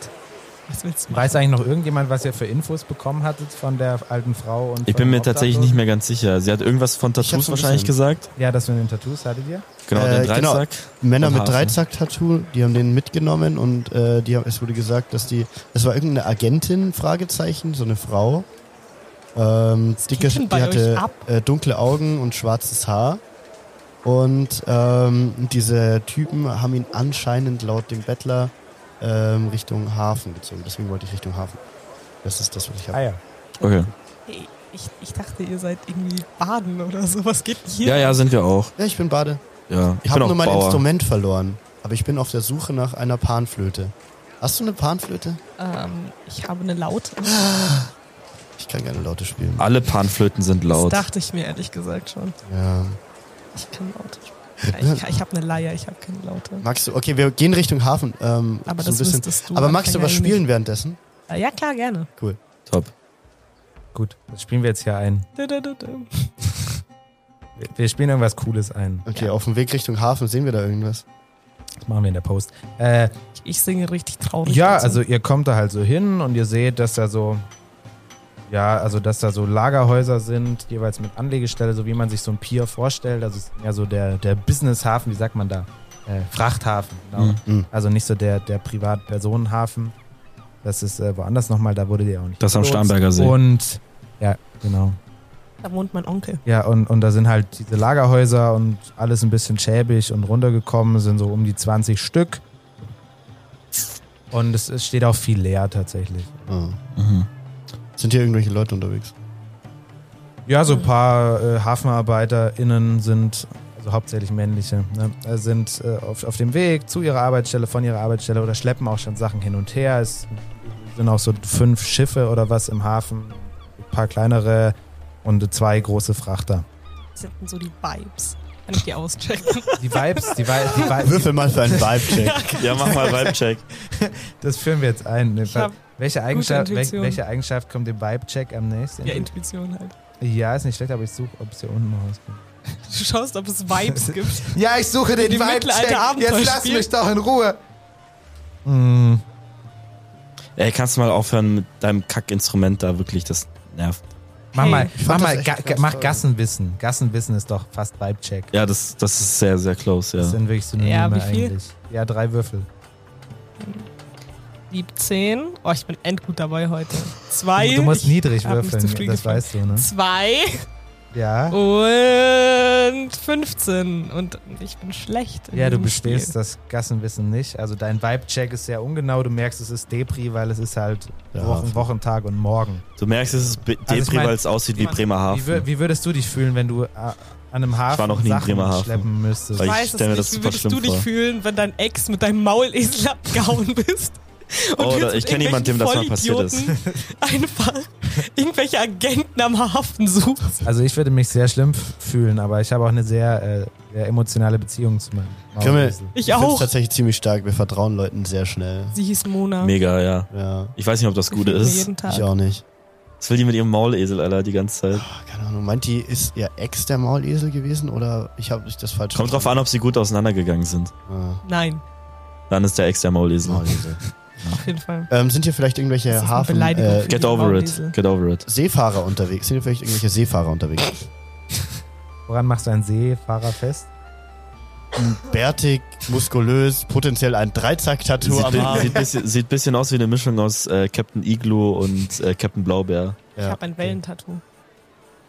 Speaker 6: Was willst du machen?
Speaker 3: Weiß eigentlich noch irgendjemand, was ihr für Infos bekommen hattet von der alten Frau? Und von
Speaker 4: Ich bin
Speaker 3: dem
Speaker 4: mir tatsächlich nicht
Speaker 3: Obdachlosen?
Speaker 4: mehr ganz sicher. Sie hat irgendwas von
Speaker 5: Ich hab's
Speaker 4: Tattoos
Speaker 5: so ein
Speaker 4: wahrscheinlich
Speaker 5: bisschen.
Speaker 4: gesagt.
Speaker 3: Ja, das mit den Tattoos hattet ihr.
Speaker 4: Genau,
Speaker 5: Äh,
Speaker 4: den
Speaker 5: genau.
Speaker 4: Dreizack.
Speaker 5: Männer
Speaker 4: Und
Speaker 5: mit
Speaker 4: Hafen.
Speaker 5: Dreizack-Tattoo, die haben den mitgenommen und äh, die haben, es wurde gesagt, dass die, es war irgendeine Agentin, Fragezeichen, so eine Frau. Ähm, dicke,
Speaker 6: geht denn
Speaker 5: die
Speaker 6: bei euch
Speaker 5: hatte
Speaker 6: ab?
Speaker 5: äh, dunkle Augen und schwarzes Haar. Und ähm, diese Typen haben ihn anscheinend laut dem Bettler ähm, Richtung Hafen gezogen. Deswegen wollte ich Richtung Hafen. Das ist das, was ich habe.
Speaker 3: Ah ja.
Speaker 4: Okay.
Speaker 6: Hey, ich, ich dachte, ihr seid irgendwie baden oder so. Was geht denn hier?
Speaker 4: Ja, ja, sind wir auch.
Speaker 5: Ja, ich bin Bade.
Speaker 4: Ja, ich
Speaker 5: Ich habe
Speaker 4: bin auch
Speaker 5: nur mein
Speaker 4: Bauer.
Speaker 5: Instrument verloren. Aber ich bin auf der Suche nach einer Panflöte. Hast du eine Panflöte?
Speaker 6: Ähm, ich habe eine Laute.
Speaker 5: Ich kann keine Laute spielen.
Speaker 4: Alle Panflöten sind
Speaker 6: Das
Speaker 4: laut.
Speaker 6: dachte ich mir ehrlich gesagt schon.
Speaker 5: Ja.
Speaker 6: Ich kann Laute spielen. Ich, ich habe eine Leier, ich habe keine Laute.
Speaker 5: Magst du, okay, wir gehen Richtung Hafen. Ähm,
Speaker 6: Aber
Speaker 5: so
Speaker 6: das
Speaker 5: ein bisschen.
Speaker 6: müsstest du.
Speaker 5: Aber
Speaker 6: das
Speaker 5: magst du
Speaker 6: kann
Speaker 5: was
Speaker 6: ja nicht.
Speaker 5: spielen währenddessen?
Speaker 6: Äh, Ja, klar, gerne.
Speaker 5: Cool.
Speaker 4: Top.
Speaker 3: Gut, das spielen wir jetzt hier ein.
Speaker 6: Du, du, du, du.
Speaker 3: Wir- Wir spielen irgendwas Cooles ein.
Speaker 5: Okay, auf dem Weg Richtung Hafen sehen wir da irgendwas.
Speaker 3: Das machen wir in der Post. Äh,
Speaker 6: Ich- Ich singe richtig traurig.
Speaker 3: ja,
Speaker 6: dazu.
Speaker 3: also ihr kommt da halt so hin und ihr seht, dass da so. Ja, also dass da so Lagerhäuser sind, jeweils mit Anlegestelle, so wie man sich so ein Pier vorstellt. Also es ist ja so der, der Businesshafen, wie sagt man da? Äh, Frachthafen, genau.
Speaker 5: Mhm.
Speaker 3: Also nicht so der, der Privatpersonenhafen. Das ist äh, woanders nochmal, da wurde die auch nicht.
Speaker 4: Das am
Speaker 3: gelost.
Speaker 4: Starnberger See.
Speaker 3: Und ja, genau.
Speaker 6: Da wohnt mein Onkel.
Speaker 3: Ja, und, und da sind halt diese Lagerhäuser und alles ein bisschen schäbig und runtergekommen, sind so um die 20 Stück. Und es, es steht auch viel leer tatsächlich.
Speaker 5: Ah.
Speaker 4: Mhm.
Speaker 5: Sind hier irgendwelche Leute unterwegs?
Speaker 3: Ja, so ein paar äh, HafenarbeiterInnen sind, also hauptsächlich männliche, ne, äh, sind äh, auf, auf dem Weg zu ihrer Arbeitsstelle, von ihrer Arbeitsstelle oder schleppen auch schon Sachen hin und her. Es sind auch so fünf Schiffe oder was im Hafen, ein paar kleinere und zwei große Frachter.
Speaker 6: Was sind denn so die Vibes? Kann ich die auschecken?
Speaker 3: Die Vibes, die Vibes, die Vibes.
Speaker 5: Würfel mal für einen Vibe-Check.
Speaker 4: Ja, mach mal Vibe-Check.
Speaker 3: Das führen wir jetzt ein.
Speaker 6: Ich hab
Speaker 3: Welche Eigenschaft, wel,
Speaker 6: Intuition.
Speaker 3: welche Eigenschaft kommt dem Vibe-Check am nächsten?
Speaker 6: ja Intuition halt.
Speaker 3: ja, ist nicht schlecht, aber ich suche, ob es hier unten rauskommt.
Speaker 6: Du schaust, ob es Vibes gibt.
Speaker 3: Ja, ich suche den
Speaker 6: Die mittelalter
Speaker 3: Vibe-Check. Jetzt lass
Speaker 6: Abenteuerspiel.
Speaker 3: mich doch in Ruhe.
Speaker 4: Ey, kannst du mal aufhören mit deinem Kackinstrument da wirklich, das nervt.
Speaker 3: Mach
Speaker 6: Hey,
Speaker 3: mal, mach,
Speaker 5: das
Speaker 3: mal
Speaker 5: echt
Speaker 3: ga,
Speaker 5: ganz
Speaker 3: ga- mach
Speaker 5: toll.
Speaker 3: Gassenwissen. Gassenwissen ist doch fast Vibe-Check.
Speaker 4: Ja, das, das ist sehr, sehr close,
Speaker 3: Das
Speaker 4: ja.
Speaker 3: sind wirklich Synonyme
Speaker 6: Ja, wie viel?
Speaker 3: eigentlich. Ja, drei Würfel.
Speaker 6: 17. Oh, ich bin endgut dabei heute. Zwei.
Speaker 3: Du musst niedrig
Speaker 6: hab mich
Speaker 3: würfeln,
Speaker 6: zu früh
Speaker 3: das
Speaker 6: gefreut.
Speaker 3: weißt du, ne?
Speaker 6: Zwei
Speaker 3: Ja.
Speaker 6: Oh, und 15. Und ich bin schlecht. in
Speaker 3: Ja, du
Speaker 6: diesem
Speaker 3: bestehst
Speaker 6: Spiel.
Speaker 3: das Gassenwissen nicht. Also dein Vibe-Check ist sehr ungenau. Du merkst, es ist Depri, weil es ist halt
Speaker 5: Ja.
Speaker 3: Wochen, Wochentag und Morgen.
Speaker 4: Du merkst, es ist be-
Speaker 3: Also ich
Speaker 4: Depri,
Speaker 3: mein,
Speaker 4: weil es aussieht wie
Speaker 3: Wie, wür-
Speaker 4: Bremerhaven.
Speaker 3: wie würdest du dich fühlen, wenn du äh, an einem Hafen
Speaker 4: war noch nie in
Speaker 3: Sachen
Speaker 4: Bremerhaven.
Speaker 3: schleppen müsstest?
Speaker 4: Weil
Speaker 6: Ich
Speaker 4: Ich
Speaker 6: weiß es
Speaker 4: stell mir
Speaker 6: nicht.
Speaker 4: das
Speaker 6: Wie
Speaker 4: super
Speaker 6: würdest du
Speaker 4: schlimm
Speaker 6: dich
Speaker 4: vor.
Speaker 6: fühlen, wenn dein Ex mit deinem Maulesel abgehauen bist?
Speaker 4: Oh,
Speaker 6: jetzt
Speaker 4: da-
Speaker 6: mit
Speaker 4: ich kenn jemanden, dem das mal passiert ist.
Speaker 6: Vollidioten Einfach irgendwelche Agenten am Hafen suchst.
Speaker 3: Also ich würde mich sehr schlimm f- fühlen, aber ich habe auch eine sehr, äh, sehr emotionale Beziehung zu meinem
Speaker 5: Krimmel.
Speaker 3: Maulesel.
Speaker 6: Ich
Speaker 5: Ich finde
Speaker 6: auch.
Speaker 5: tatsächlich ziemlich stark. Wir vertrauen Leuten sehr schnell.
Speaker 6: Sie hieß Mona.
Speaker 4: Mega, ja.
Speaker 5: Ja,
Speaker 4: Ich weiß nicht, ob das gut
Speaker 6: Gefällt mir
Speaker 4: ist.
Speaker 6: Jeden Tag.
Speaker 5: ich auch nicht.
Speaker 4: Was will die mit ihrem Maulesel, Alter, die ganze Zeit?
Speaker 5: Ach, keine Ahnung. Meint die, ist ihr Ex der Maulesel gewesen oder ich habe ich das Ah. falsch
Speaker 4: Kommt drauf an, ob sie gut auseinandergegangen sind.
Speaker 5: an.
Speaker 6: Nein,
Speaker 4: Dann ist der Ex der Maulesel.
Speaker 5: Maulesel.
Speaker 6: auf jeden Fall.
Speaker 5: ähm, sind hier vielleicht
Speaker 6: Das ist
Speaker 5: irgendwelche
Speaker 6: eine
Speaker 5: Hafen...
Speaker 6: Beleidigung
Speaker 5: Äh,
Speaker 6: für
Speaker 4: Get
Speaker 6: die
Speaker 4: over it.
Speaker 6: Maulesel.
Speaker 4: Get over it.
Speaker 5: Seefahrer unterwegs? Sind hier vielleicht irgendwelche Seefahrer unterwegs?
Speaker 3: Woran machst du einen Seefahrer fest?
Speaker 5: Bärtig, muskulös, potenziell ein Dreizack-Tattoo
Speaker 4: Sieht,
Speaker 5: am
Speaker 4: bi-
Speaker 5: Arm.
Speaker 4: sieht, bisschen, sieht bisschen aus wie eine Mischung aus äh, Captain Igloo und äh, Captain Blaubeer.
Speaker 6: Ich
Speaker 5: Ja.
Speaker 6: habe ein Wellentattoo.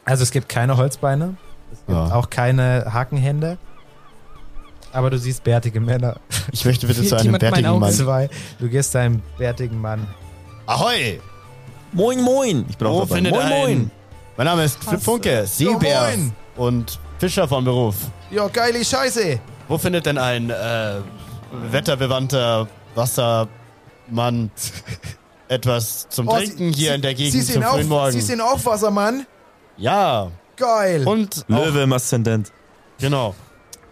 Speaker 3: Also es gibt keine Holzbeine, es gibt
Speaker 5: Ja.
Speaker 3: auch keine Hakenhände, aber du siehst bärtige Männer.
Speaker 5: Ich möchte bitte
Speaker 6: Fehlt
Speaker 5: zu einem
Speaker 6: jemand mein
Speaker 5: bärtigen
Speaker 6: Auge?
Speaker 5: Mann.
Speaker 3: Zwei, du gehst deinem bärtigen Mann.
Speaker 5: Ahoi!
Speaker 4: Moin, moin! Ich bin
Speaker 5: Wo
Speaker 4: auch dabei.
Speaker 5: findet
Speaker 4: Moin,
Speaker 5: ein?
Speaker 4: moin!
Speaker 5: Mein Name ist Flip Funke, Seebär
Speaker 7: moin.
Speaker 5: und Fischer von Beruf.
Speaker 7: Ja, geile Scheiße.
Speaker 5: Wo findet denn ein äh, wetterbewandter Wassermann etwas zum
Speaker 7: Oh,
Speaker 5: Trinken
Speaker 7: Sie-
Speaker 5: hier
Speaker 7: Sie-
Speaker 5: in der Gegend
Speaker 7: Sie
Speaker 5: zum
Speaker 7: sind auch,
Speaker 5: frühen Morgen?
Speaker 7: Sie sind auch Wassermann.
Speaker 5: ja,
Speaker 7: Geil.
Speaker 5: und auch,
Speaker 4: Löwe im Aszendent.
Speaker 5: genau.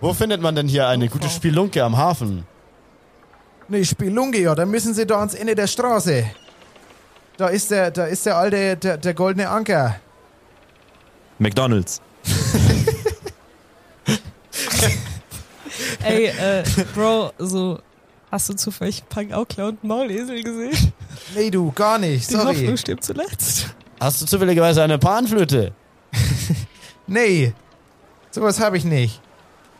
Speaker 5: Wo findet man denn hier eine gute Spielunke am Hafen?
Speaker 7: Ne, Spelunke, ja, dann müssen Sie da ans Ende der Straße. Da ist der, da ist der alte, der, der goldene Anker.
Speaker 4: McDonalds.
Speaker 6: Ey, äh, Bro, so, Also, hast du zufällig Punk auch Clown und Maulesel gesehen?
Speaker 7: Nee, du, gar nicht,
Speaker 6: Die Hoffnung
Speaker 7: sorry.
Speaker 6: stirbt zuletzt.
Speaker 5: Hast du zufälligerweise eine Panflöte?
Speaker 7: Nee, sowas habe ich nicht.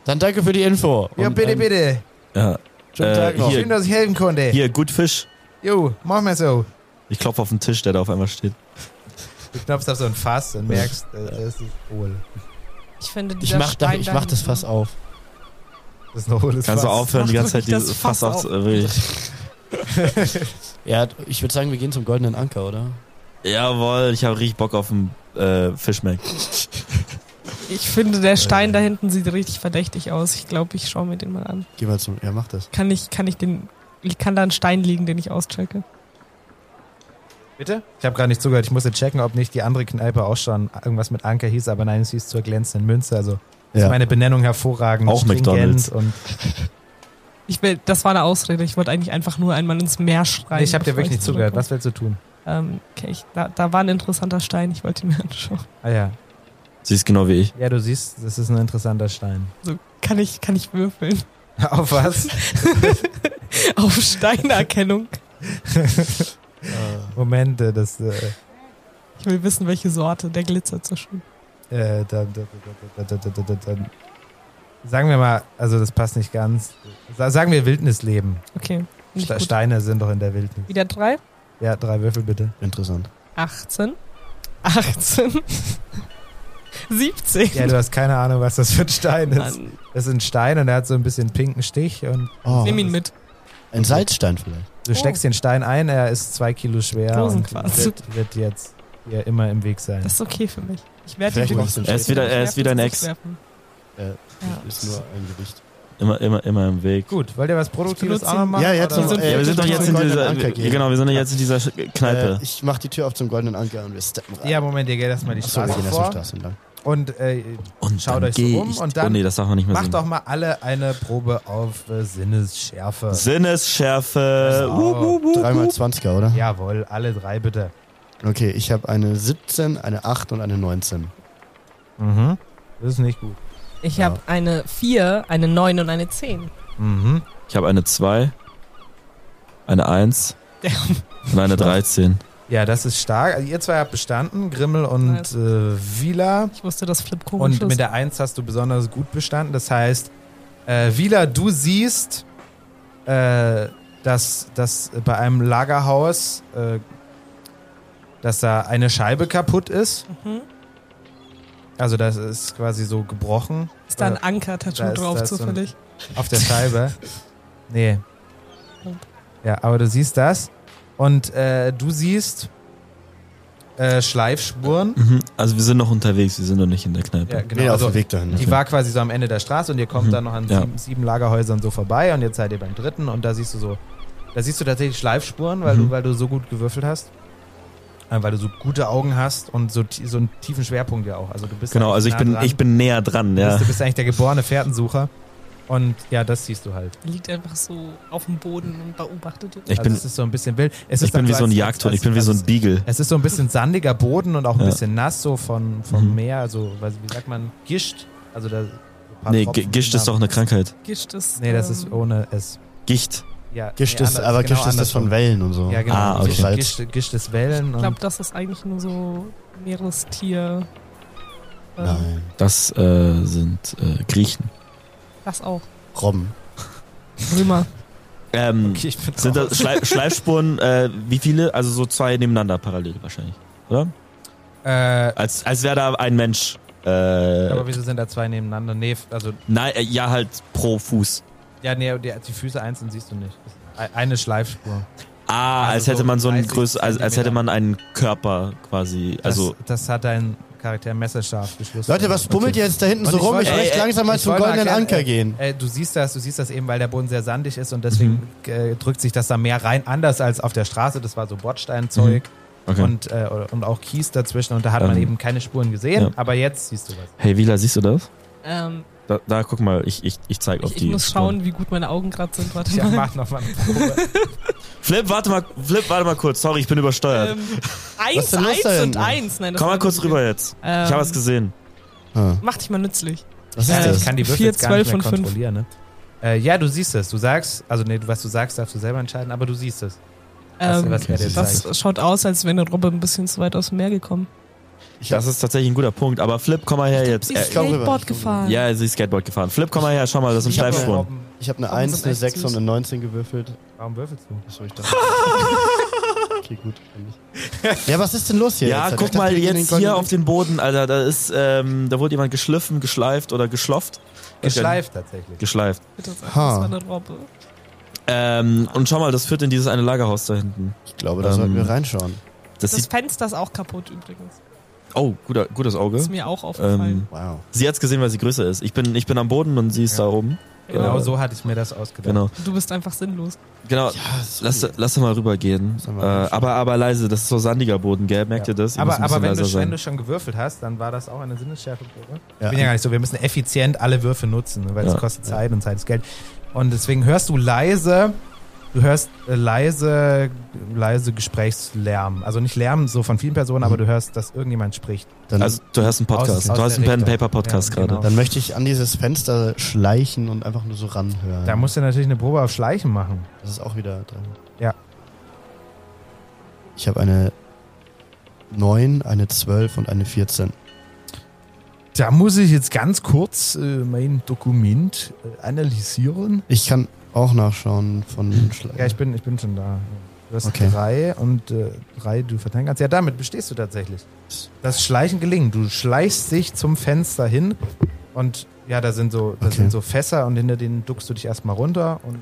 Speaker 5: Dann danke für die Info.
Speaker 7: Ja,
Speaker 5: Und
Speaker 7: bitte,
Speaker 5: einen
Speaker 6: äh,
Speaker 7: bitte.
Speaker 4: Ja.
Speaker 5: Schönen
Speaker 4: Äh,
Speaker 5: Tag noch.
Speaker 4: hier.
Speaker 7: Schön, dass ich helfen konnte.
Speaker 4: Hier, gut Fisch.
Speaker 7: Jo, mach mal so.
Speaker 4: Ich klopfe auf den Tisch, der da auf einmal steht.
Speaker 3: Du knopfst auf so ein Fass und merkst, äh, es ist wohl.
Speaker 2: Ich finde,
Speaker 5: Ich
Speaker 2: dieser
Speaker 5: mach, da,
Speaker 2: Stein
Speaker 5: ich
Speaker 2: da
Speaker 5: mach das
Speaker 2: hinten-
Speaker 5: Fass auf.
Speaker 3: Das ist ein hohles
Speaker 4: Kannst du
Speaker 3: Fass.
Speaker 4: aufhören, die
Speaker 2: Mach
Speaker 4: ganze
Speaker 2: doch
Speaker 4: Zeit
Speaker 2: nicht das
Speaker 4: dieses Fass
Speaker 2: Fass
Speaker 4: auf. Äh,
Speaker 5: Ja, ich würde sagen, wir gehen zum goldenen Anker, oder?
Speaker 4: Jawohl, ich habe richtig Bock auf einen äh, Fischmeck.
Speaker 2: Ich finde,
Speaker 5: Äh.
Speaker 2: der Stein da hinten sieht richtig verdächtig aus. Ich glaube, ich schaue mir den mal an.
Speaker 5: Geh mal zum. Ja, mach das.
Speaker 2: Kann ich, kann ich den. Kann da ein Stein liegen, den ich auschecke?
Speaker 8: Bitte?
Speaker 3: Ich habe gar nicht zugehört. Ich musste checken, ob nicht die andere Kneipe auch schon irgendwas mit Anker hieß, aber nein, es hieß zur glänzenden Münze. Also ist
Speaker 5: Ja.
Speaker 3: meine Benennung hervorragend.
Speaker 4: Auch
Speaker 3: stringent
Speaker 4: McDonald's.
Speaker 3: Und
Speaker 2: Ich will, das war eine Ausrede. Ich wollte eigentlich einfach nur einmal ins Meer schreien.
Speaker 3: ich habe dir
Speaker 2: bevor
Speaker 3: wirklich nicht zurückkomme. zugehört. Was willst du tun?
Speaker 2: Ähm, okay, ich, da, da war ein interessanter Stein. Ich wollte ihn mir anschauen.
Speaker 3: Ah ja.
Speaker 4: Sie ist genau wie ich.
Speaker 3: Ja, du siehst, das ist ein interessanter Stein.
Speaker 2: Kann ich, kann ich würfeln?
Speaker 3: Auf was?
Speaker 2: Auf Steinerkennung.
Speaker 3: Moment, äh, das. Äh,
Speaker 2: Ich will wissen, welche Sorte. Der glitzert so schön.
Speaker 3: äh, da, da, da, da, da, da, da, da, da. Sagen wir mal, also das passt nicht ganz. Sa- Sagen wir Wildnisleben.
Speaker 2: Okay. Nicht
Speaker 3: Ste-
Speaker 2: gut.
Speaker 3: Steine sind doch in der Wildnis.
Speaker 2: Wieder drei.
Speaker 3: Ja, drei Würfel bitte.
Speaker 5: Interessant.
Speaker 2: 18. 18. 17.
Speaker 3: Ja, du hast keine Ahnung, was das für ein Stein ist.
Speaker 2: Mann,
Speaker 3: Das ist ein Stein und er hat so ein bisschen pinken Stich und
Speaker 5: Oh,
Speaker 2: nimm ihn mit.
Speaker 5: ein Salzstein vielleicht.
Speaker 3: Du steckst den Stein ein, er ist zwei Kilo schwer und
Speaker 2: Oh. Rosenquarz.
Speaker 3: wird, wird jetzt hier immer im Weg sein.
Speaker 2: Das ist okay für mich. Ich werde
Speaker 5: Vielleicht
Speaker 2: ihn
Speaker 5: machst du ihn
Speaker 2: wirklich-
Speaker 4: Er ist wieder- er ist wieder ein Ex.
Speaker 2: Werfen. Ja.
Speaker 5: Ist nur ein Gewicht.
Speaker 4: Immer, immer, immer im Weg.
Speaker 3: Gut, wollt ihr was Produktives
Speaker 2: Ich benutze
Speaker 3: auch noch
Speaker 2: ihn.
Speaker 3: machen?
Speaker 5: Ja, jetzt
Speaker 3: oder?
Speaker 5: noch-
Speaker 4: Ja, wir sind doch jetzt in
Speaker 5: Zum goldenen
Speaker 4: dieser.
Speaker 5: Anker gehen.
Speaker 4: Genau, wir sind ja jetzt in dieser Sch- Kneipe.
Speaker 5: Äh, ich mach die Tür auf zum goldenen Anker und wir steppen rein.
Speaker 3: ja, Moment, ihr geht erstmal die
Speaker 5: Achso, wir
Speaker 3: Straße
Speaker 5: gehen erstmal
Speaker 3: vor
Speaker 5: Straße entlang.
Speaker 3: und äh,
Speaker 4: Und
Speaker 3: Schaut
Speaker 4: dann
Speaker 3: euch so
Speaker 4: geh
Speaker 3: um
Speaker 4: ich-
Speaker 3: und dann
Speaker 4: Oh nee, das darf man nicht mehr
Speaker 3: macht
Speaker 4: sehen.
Speaker 3: doch mal alle eine Probe auf äh, Sinnesschärfe.
Speaker 5: äh,
Speaker 4: Sinnesschärfe.
Speaker 3: Genau.
Speaker 4: Wup, wup, wup,
Speaker 5: Dreimal
Speaker 4: wup.
Speaker 5: 20er, oder?
Speaker 3: Jawohl, alle drei bitte.
Speaker 5: Okay, ich habe eine 17, eine 8 und eine 19.
Speaker 3: Mhm. Das ist nicht gut.
Speaker 2: Ich habe eine 4, eine 9 und eine 10.
Speaker 3: Mhm.
Speaker 4: Ich habe eine 2, eine 1
Speaker 2: Damn.
Speaker 4: und eine 13.
Speaker 3: Ja, das ist stark. Also ihr zwei habt bestanden, Grimmel und
Speaker 2: Nice.
Speaker 3: äh, Wieler.
Speaker 2: Ich wusste, dass Flip komisch
Speaker 3: Und mit
Speaker 2: ist.
Speaker 3: der 1 hast du besonders gut bestanden. Das heißt, äh, Wieler, du siehst, äh, dass, dass bei einem Lagerhaus, äh, dass da eine Scheibe kaputt ist.
Speaker 2: Mhm.
Speaker 3: Also das ist quasi so gebrochen
Speaker 2: Ist da ein Anker-Tattoo
Speaker 3: Da ist-
Speaker 2: drauf
Speaker 3: da ist so ein-
Speaker 2: zufällig?
Speaker 3: auf der Scheibe. nee. Ja, aber du siehst das. Und äh, du siehst äh, Schleifspuren.
Speaker 4: Mhm. Also wir sind noch unterwegs, wir sind noch nicht in der Kneipe.
Speaker 3: Ja,
Speaker 5: Genau, nee, auf dem Weg dahin.
Speaker 3: also Die war quasi so am Ende der Straße und ihr kommt
Speaker 4: Mhm.
Speaker 3: dann noch an
Speaker 4: Ja.
Speaker 3: sieben, sieben Lagerhäusern so vorbei und jetzt seid ihr beim dritten und da siehst du so, da siehst du tatsächlich Schleifspuren, weil,
Speaker 4: Mhm.
Speaker 3: du, weil du so gut gewürfelt hast. Äh, Weil du so gute Augen hast und so, ti- so einen tiefen Schwerpunkt ja auch. Also du bist
Speaker 4: Genau, also ich
Speaker 3: eigentlich
Speaker 4: bin,
Speaker 3: nah dran.
Speaker 4: ich bin näher dran,
Speaker 3: Du
Speaker 4: ja.
Speaker 3: bist, du bist eigentlich der geborene Fährtensucher. Und ja, das siehst du halt.
Speaker 2: Liegt einfach so auf dem Boden und beobachtet.
Speaker 4: Ich
Speaker 3: also
Speaker 4: bin,
Speaker 3: es ist so ein bisschen wild. Es
Speaker 4: ich
Speaker 3: ist dann
Speaker 4: bin wie so ein
Speaker 3: als-
Speaker 4: Jagdhund,
Speaker 3: als-
Speaker 4: ich bin wie so
Speaker 3: als-
Speaker 4: ein Beagle.
Speaker 3: Es ist so ein bisschen sandiger Boden und auch ein
Speaker 4: Ja.
Speaker 3: bisschen nass so von, vom
Speaker 4: Mhm.
Speaker 3: Meer. Also, weiß- wie sagt man, Gischt? Also da. so ein paar
Speaker 4: Nee, Gi-
Speaker 3: Tropfen
Speaker 4: Gischt ist
Speaker 3: sind da.
Speaker 4: doch eine Krankheit.
Speaker 2: Gischt ist.
Speaker 3: Nee, das
Speaker 2: ähm,
Speaker 3: ist ohne S.
Speaker 4: Gicht.
Speaker 3: Ja,
Speaker 5: Gischt
Speaker 3: nee,
Speaker 5: ist,
Speaker 3: anders-
Speaker 5: aber
Speaker 3: genau
Speaker 5: Gischt ist das von
Speaker 3: andersrum.
Speaker 5: Wellen und so.
Speaker 3: Ja, genau.
Speaker 4: Ah,
Speaker 3: Also
Speaker 4: okay.
Speaker 5: Salz.
Speaker 3: Gischt, Gischt ist Wellen
Speaker 2: Ich
Speaker 3: und
Speaker 2: glaube, das ist eigentlich nur so Meerestier. ähm,
Speaker 5: Nein.
Speaker 4: Das äh, sind äh, Griechen.
Speaker 2: Das auch.
Speaker 5: Robben.
Speaker 2: Römer.
Speaker 4: Ähm,
Speaker 3: Okay, ich bin
Speaker 4: Sind
Speaker 3: raus.
Speaker 4: das Schlei Schleifspuren, äh, wie viele? Also so zwei nebeneinander parallel wahrscheinlich, oder?
Speaker 3: äh,
Speaker 4: Als, als wäre da ein Mensch. Äh,
Speaker 3: aber wieso sind da zwei nebeneinander? Nee, f- also
Speaker 4: nein, äh, ja, halt pro Fuß.
Speaker 3: ja, nee, die, die Füße einzeln siehst du nicht. E- Eine Schleifspur.
Speaker 4: Ah,
Speaker 3: Also
Speaker 4: als
Speaker 3: so
Speaker 4: hätte man so einen
Speaker 3: 30
Speaker 4: größer, als, als hätte
Speaker 3: Zentimeter.
Speaker 4: man einen Körper quasi.
Speaker 3: Das,
Speaker 4: Also
Speaker 3: das hat dein Charakter messerscharf geschlossen.
Speaker 5: Leute, was bummelt ihr jetzt da hinten
Speaker 3: Und
Speaker 5: so
Speaker 3: ich
Speaker 5: rum?
Speaker 3: wollte-
Speaker 5: Ich
Speaker 4: Ey,
Speaker 5: möchte
Speaker 4: ey,
Speaker 5: langsam mal
Speaker 3: ich
Speaker 5: zum
Speaker 3: wollte mal
Speaker 5: goldenen
Speaker 3: erklären,
Speaker 5: Anker
Speaker 3: äh,
Speaker 5: gehen. Mhm.
Speaker 3: Äh, du siehst das, du siehst das eben, weil der Boden sehr sandig ist und deswegen äh, drückt sich das da mehr rein, anders als auf der Straße. Das war so Bordsteinzeug
Speaker 5: Mhm.
Speaker 4: okay.
Speaker 3: und, äh, und auch Kies dazwischen und da hat man
Speaker 4: Ähm,
Speaker 3: eben keine Spuren gesehen,
Speaker 4: ja.
Speaker 3: aber jetzt siehst du was.
Speaker 4: hey, Wila, siehst du das?
Speaker 2: Ähm,
Speaker 4: Da, da guck mal, ich, ich, ich zeig auf
Speaker 2: ich,
Speaker 4: die.
Speaker 2: ich muss
Speaker 4: Spuren.
Speaker 2: schauen, wie gut meine Augen gerade sind. Warte
Speaker 3: Ja,
Speaker 2: mal.
Speaker 3: mach nochmal eine Probe.
Speaker 4: Flip, warte mal, Flip, warte mal kurz. Sorry, ich bin übersteuert.
Speaker 2: Ähm,
Speaker 5: Was
Speaker 2: eins,
Speaker 5: ist denn los
Speaker 2: eins
Speaker 5: da
Speaker 2: und
Speaker 5: hinten?
Speaker 2: eins. Nein, das
Speaker 4: Komm
Speaker 2: war
Speaker 4: mal kurz
Speaker 2: nicht-
Speaker 4: rüber jetzt.
Speaker 2: Ähm,
Speaker 4: Ich habe was gesehen.
Speaker 5: Ah,
Speaker 2: Mach dich mal nützlich.
Speaker 5: was ist
Speaker 2: äh,
Speaker 5: das?
Speaker 3: ich kann die Würfel
Speaker 2: Vier,
Speaker 3: jetzt gar
Speaker 2: zwölf
Speaker 3: nicht mehr
Speaker 2: und fünf.
Speaker 3: kontrollieren, ne? Äh, ja, du siehst es. Du sagst, also nee, was du sagst, darfst du selber entscheiden, aber du siehst es. Was-
Speaker 2: Ähm,
Speaker 3: was er dir
Speaker 2: das
Speaker 3: zeigt.
Speaker 2: schaut aus, als wäre eine Robbe ein bisschen zu weit aus dem Meer gekommen.
Speaker 4: Das ist tatsächlich ein guter Punkt. Aber Flip, komm mal her jetzt.
Speaker 2: Sie ist
Speaker 4: Äh,
Speaker 5: komm rüber,
Speaker 2: Skateboard
Speaker 5: ich komm rüber.
Speaker 2: gefahren.
Speaker 4: ja, sie ist Skateboard gefahren. Flip, komm mal her, schau mal, das sind
Speaker 5: Ich hab-
Speaker 4: Schleifspuren.
Speaker 5: Ich habe eine
Speaker 2: Robben sind
Speaker 5: 1, eine
Speaker 2: echt
Speaker 5: 6 und
Speaker 2: süß.
Speaker 5: eine 19 gewürfelt.
Speaker 3: Warum würfelst du?
Speaker 5: Achso, ich dachte. Okay, gut. Ja, was ist denn los hier?
Speaker 4: Ja,
Speaker 5: jetzt? Ich
Speaker 4: guck
Speaker 5: dachte,
Speaker 4: mal
Speaker 5: wir gehen in den
Speaker 4: jetzt
Speaker 5: goldenen
Speaker 4: hier auf den Boden, Alter. Da ist, ähm, da wurde jemand geschliffen, geschleift oder geschlofft.
Speaker 3: Geschleift tatsächlich.
Speaker 4: Geschleift.
Speaker 6: Bitte sag, das
Speaker 5: Ha.
Speaker 6: war eine Robbe.
Speaker 4: Ähm, und schau mal, das führt in dieses eine Lagerhaus da hinten.
Speaker 5: Ich glaube, da
Speaker 4: Ähm,
Speaker 5: sollten wir reinschauen.
Speaker 4: Das,
Speaker 6: Das
Speaker 4: sieht.
Speaker 6: Fenster ist auch kaputt übrigens.
Speaker 4: Oh, guter, gutes Auge.
Speaker 6: Ist mir auch
Speaker 4: Ähm,
Speaker 6: aufgefallen.
Speaker 5: Wow.
Speaker 4: sie hat's gesehen, weil sie größer ist. Ich bin, ich bin am Boden und sie ist da oben.
Speaker 3: Genau
Speaker 4: Äh,
Speaker 3: so hatte ich mir das ausgedacht.
Speaker 4: Genau.
Speaker 6: Du bist einfach sinnlos.
Speaker 4: Genau. Lass, lass doch mal rübergehen. Äh,
Speaker 5: Sollen wir mal
Speaker 4: aber, aber leise, das ist so sandiger Boden, gell? Merkt ihr das? Ihr
Speaker 3: Aber,
Speaker 4: müsst ein
Speaker 3: aber
Speaker 4: bisschen
Speaker 3: wenn, du,
Speaker 4: leiser
Speaker 3: wenn du schon gewürfelt hast, dann war das auch eine Sinnesschärfeprobe.
Speaker 5: Ja.
Speaker 3: Ich bin ja gar nicht so. Wir müssen effizient alle Würfe nutzen, ne, weil
Speaker 4: Ja.
Speaker 3: es kostet Zeit und Zeit ist Geld. Und deswegen hörst du leise, du hörst äh, leise, leise Gesprächslärm. Also nicht Lärm so von vielen Personen, aber du hörst, dass irgendjemand spricht.
Speaker 5: Dann,
Speaker 4: also, du hörst einen
Speaker 3: Aus-
Speaker 4: Podcast.
Speaker 3: aus
Speaker 4: du hast
Speaker 3: der
Speaker 4: einen
Speaker 3: Richtung.
Speaker 4: Pen-Paper-Podcast
Speaker 3: Ja,
Speaker 4: gerade.
Speaker 3: genau.
Speaker 5: dann möchte ich an dieses Fenster schleichen und einfach nur so ranhören.
Speaker 3: Da musst du natürlich eine Probe auf Schleichen machen.
Speaker 5: das ist auch wieder dran.
Speaker 3: Ja.
Speaker 5: Ich habe eine 9, eine 12 und eine 14.
Speaker 3: Da muss ich jetzt ganz kurz äh, mein Dokument äh, analysieren.
Speaker 5: Ich kann auch nachschauen von Schleichen.
Speaker 3: Ja, ich bin, ich bin schon da. Du hast
Speaker 5: Okay.
Speaker 3: drei und äh, drei du verteilen kannst. Ja, damit bestehst du tatsächlich. Das Schleichen gelingt. Du schleichst dich zum Fenster hin und ja, da sind so, da
Speaker 5: Okay.
Speaker 3: sind so Fässer und hinter denen duckst du dich erstmal runter und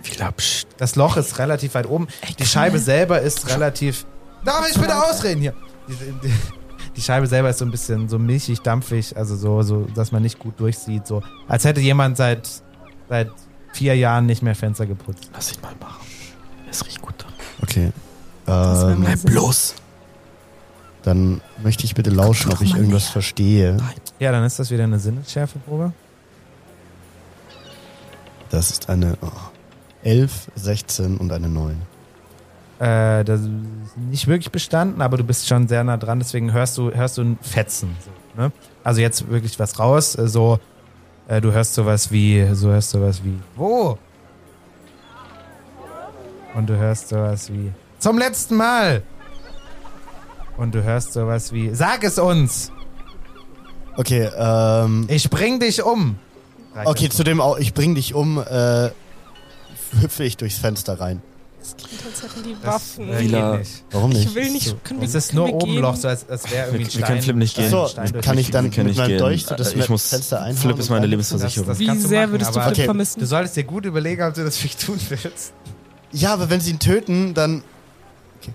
Speaker 3: das Loch ist relativ weit oben. Die Scheibe selber ist relativ. Darf ich bitte ausreden hier? Die, die, die Scheibe selber ist so ein bisschen so milchig, dampfig, also so, so, dass man nicht gut durchsieht. So, als hätte jemand seit, seit vier Jahren nicht mehr Fenster geputzt.
Speaker 4: Lass ich mal machen. Es riecht gut da.
Speaker 5: Okay.
Speaker 6: Das wär
Speaker 5: Ähm,
Speaker 2: Also,
Speaker 6: mal sinnlos.
Speaker 4: Bloß.
Speaker 5: dann möchte ich bitte lauschen, ob ich irgendwas verstehe.
Speaker 3: Ja, dann ist das wieder eine Sinnesschärfeprobe.
Speaker 5: Das ist eine oh, 11, 16 und eine 9.
Speaker 3: Äh, das ist nicht wirklich bestanden, aber du bist schon sehr nah dran, deswegen hörst du, hörst du ein Fetzen. So, ne? Also jetzt wirklich was raus, äh, so, äh, du hörst sowas wie, so hörst sowas wie, wo? Und du hörst sowas wie, zum letzten Mal! Und du hörst sowas wie, sag es uns!
Speaker 5: Okay, ähm.
Speaker 3: Ich bring dich um! Reicht
Speaker 5: Okay,
Speaker 3: das
Speaker 5: zu dem, Au- ich bring dich um, äh, hüpfe ich durchs Fenster rein.
Speaker 6: Es klingt,
Speaker 2: halt
Speaker 6: als hätten die
Speaker 3: Das,
Speaker 6: Waffen.
Speaker 3: äh, geht
Speaker 4: Vila-
Speaker 3: nicht.
Speaker 5: Warum nicht?
Speaker 6: ich will nicht. Können wir,
Speaker 3: Es ist
Speaker 6: können
Speaker 3: nur
Speaker 6: wir
Speaker 3: oben
Speaker 6: gehen?
Speaker 3: Loch, so als, als wäre irgendwie ein
Speaker 4: wir
Speaker 3: Stein.
Speaker 4: können Film nicht gehen.
Speaker 5: So,
Speaker 3: Stein durch-
Speaker 5: kann ich dann
Speaker 4: kann
Speaker 5: mit
Speaker 4: ich
Speaker 5: meinem
Speaker 4: gehen. Äh,
Speaker 5: Dolch so das
Speaker 4: Ich muss-
Speaker 5: Fenster einhauen?
Speaker 4: Flip ist
Speaker 5: und
Speaker 4: meine
Speaker 5: dann-
Speaker 4: Lebensversicherung.
Speaker 3: Das- das-
Speaker 6: Wie
Speaker 3: kannst du
Speaker 6: sehr
Speaker 3: machen,
Speaker 6: würdest du
Speaker 3: aber-
Speaker 6: Flip
Speaker 5: Okay.
Speaker 3: Du
Speaker 6: vermissen?
Speaker 3: solltest dir gut überlegen, ob du das wirklich tun willst.
Speaker 5: Ja, aber wenn sie ihn töten, dann. Okay,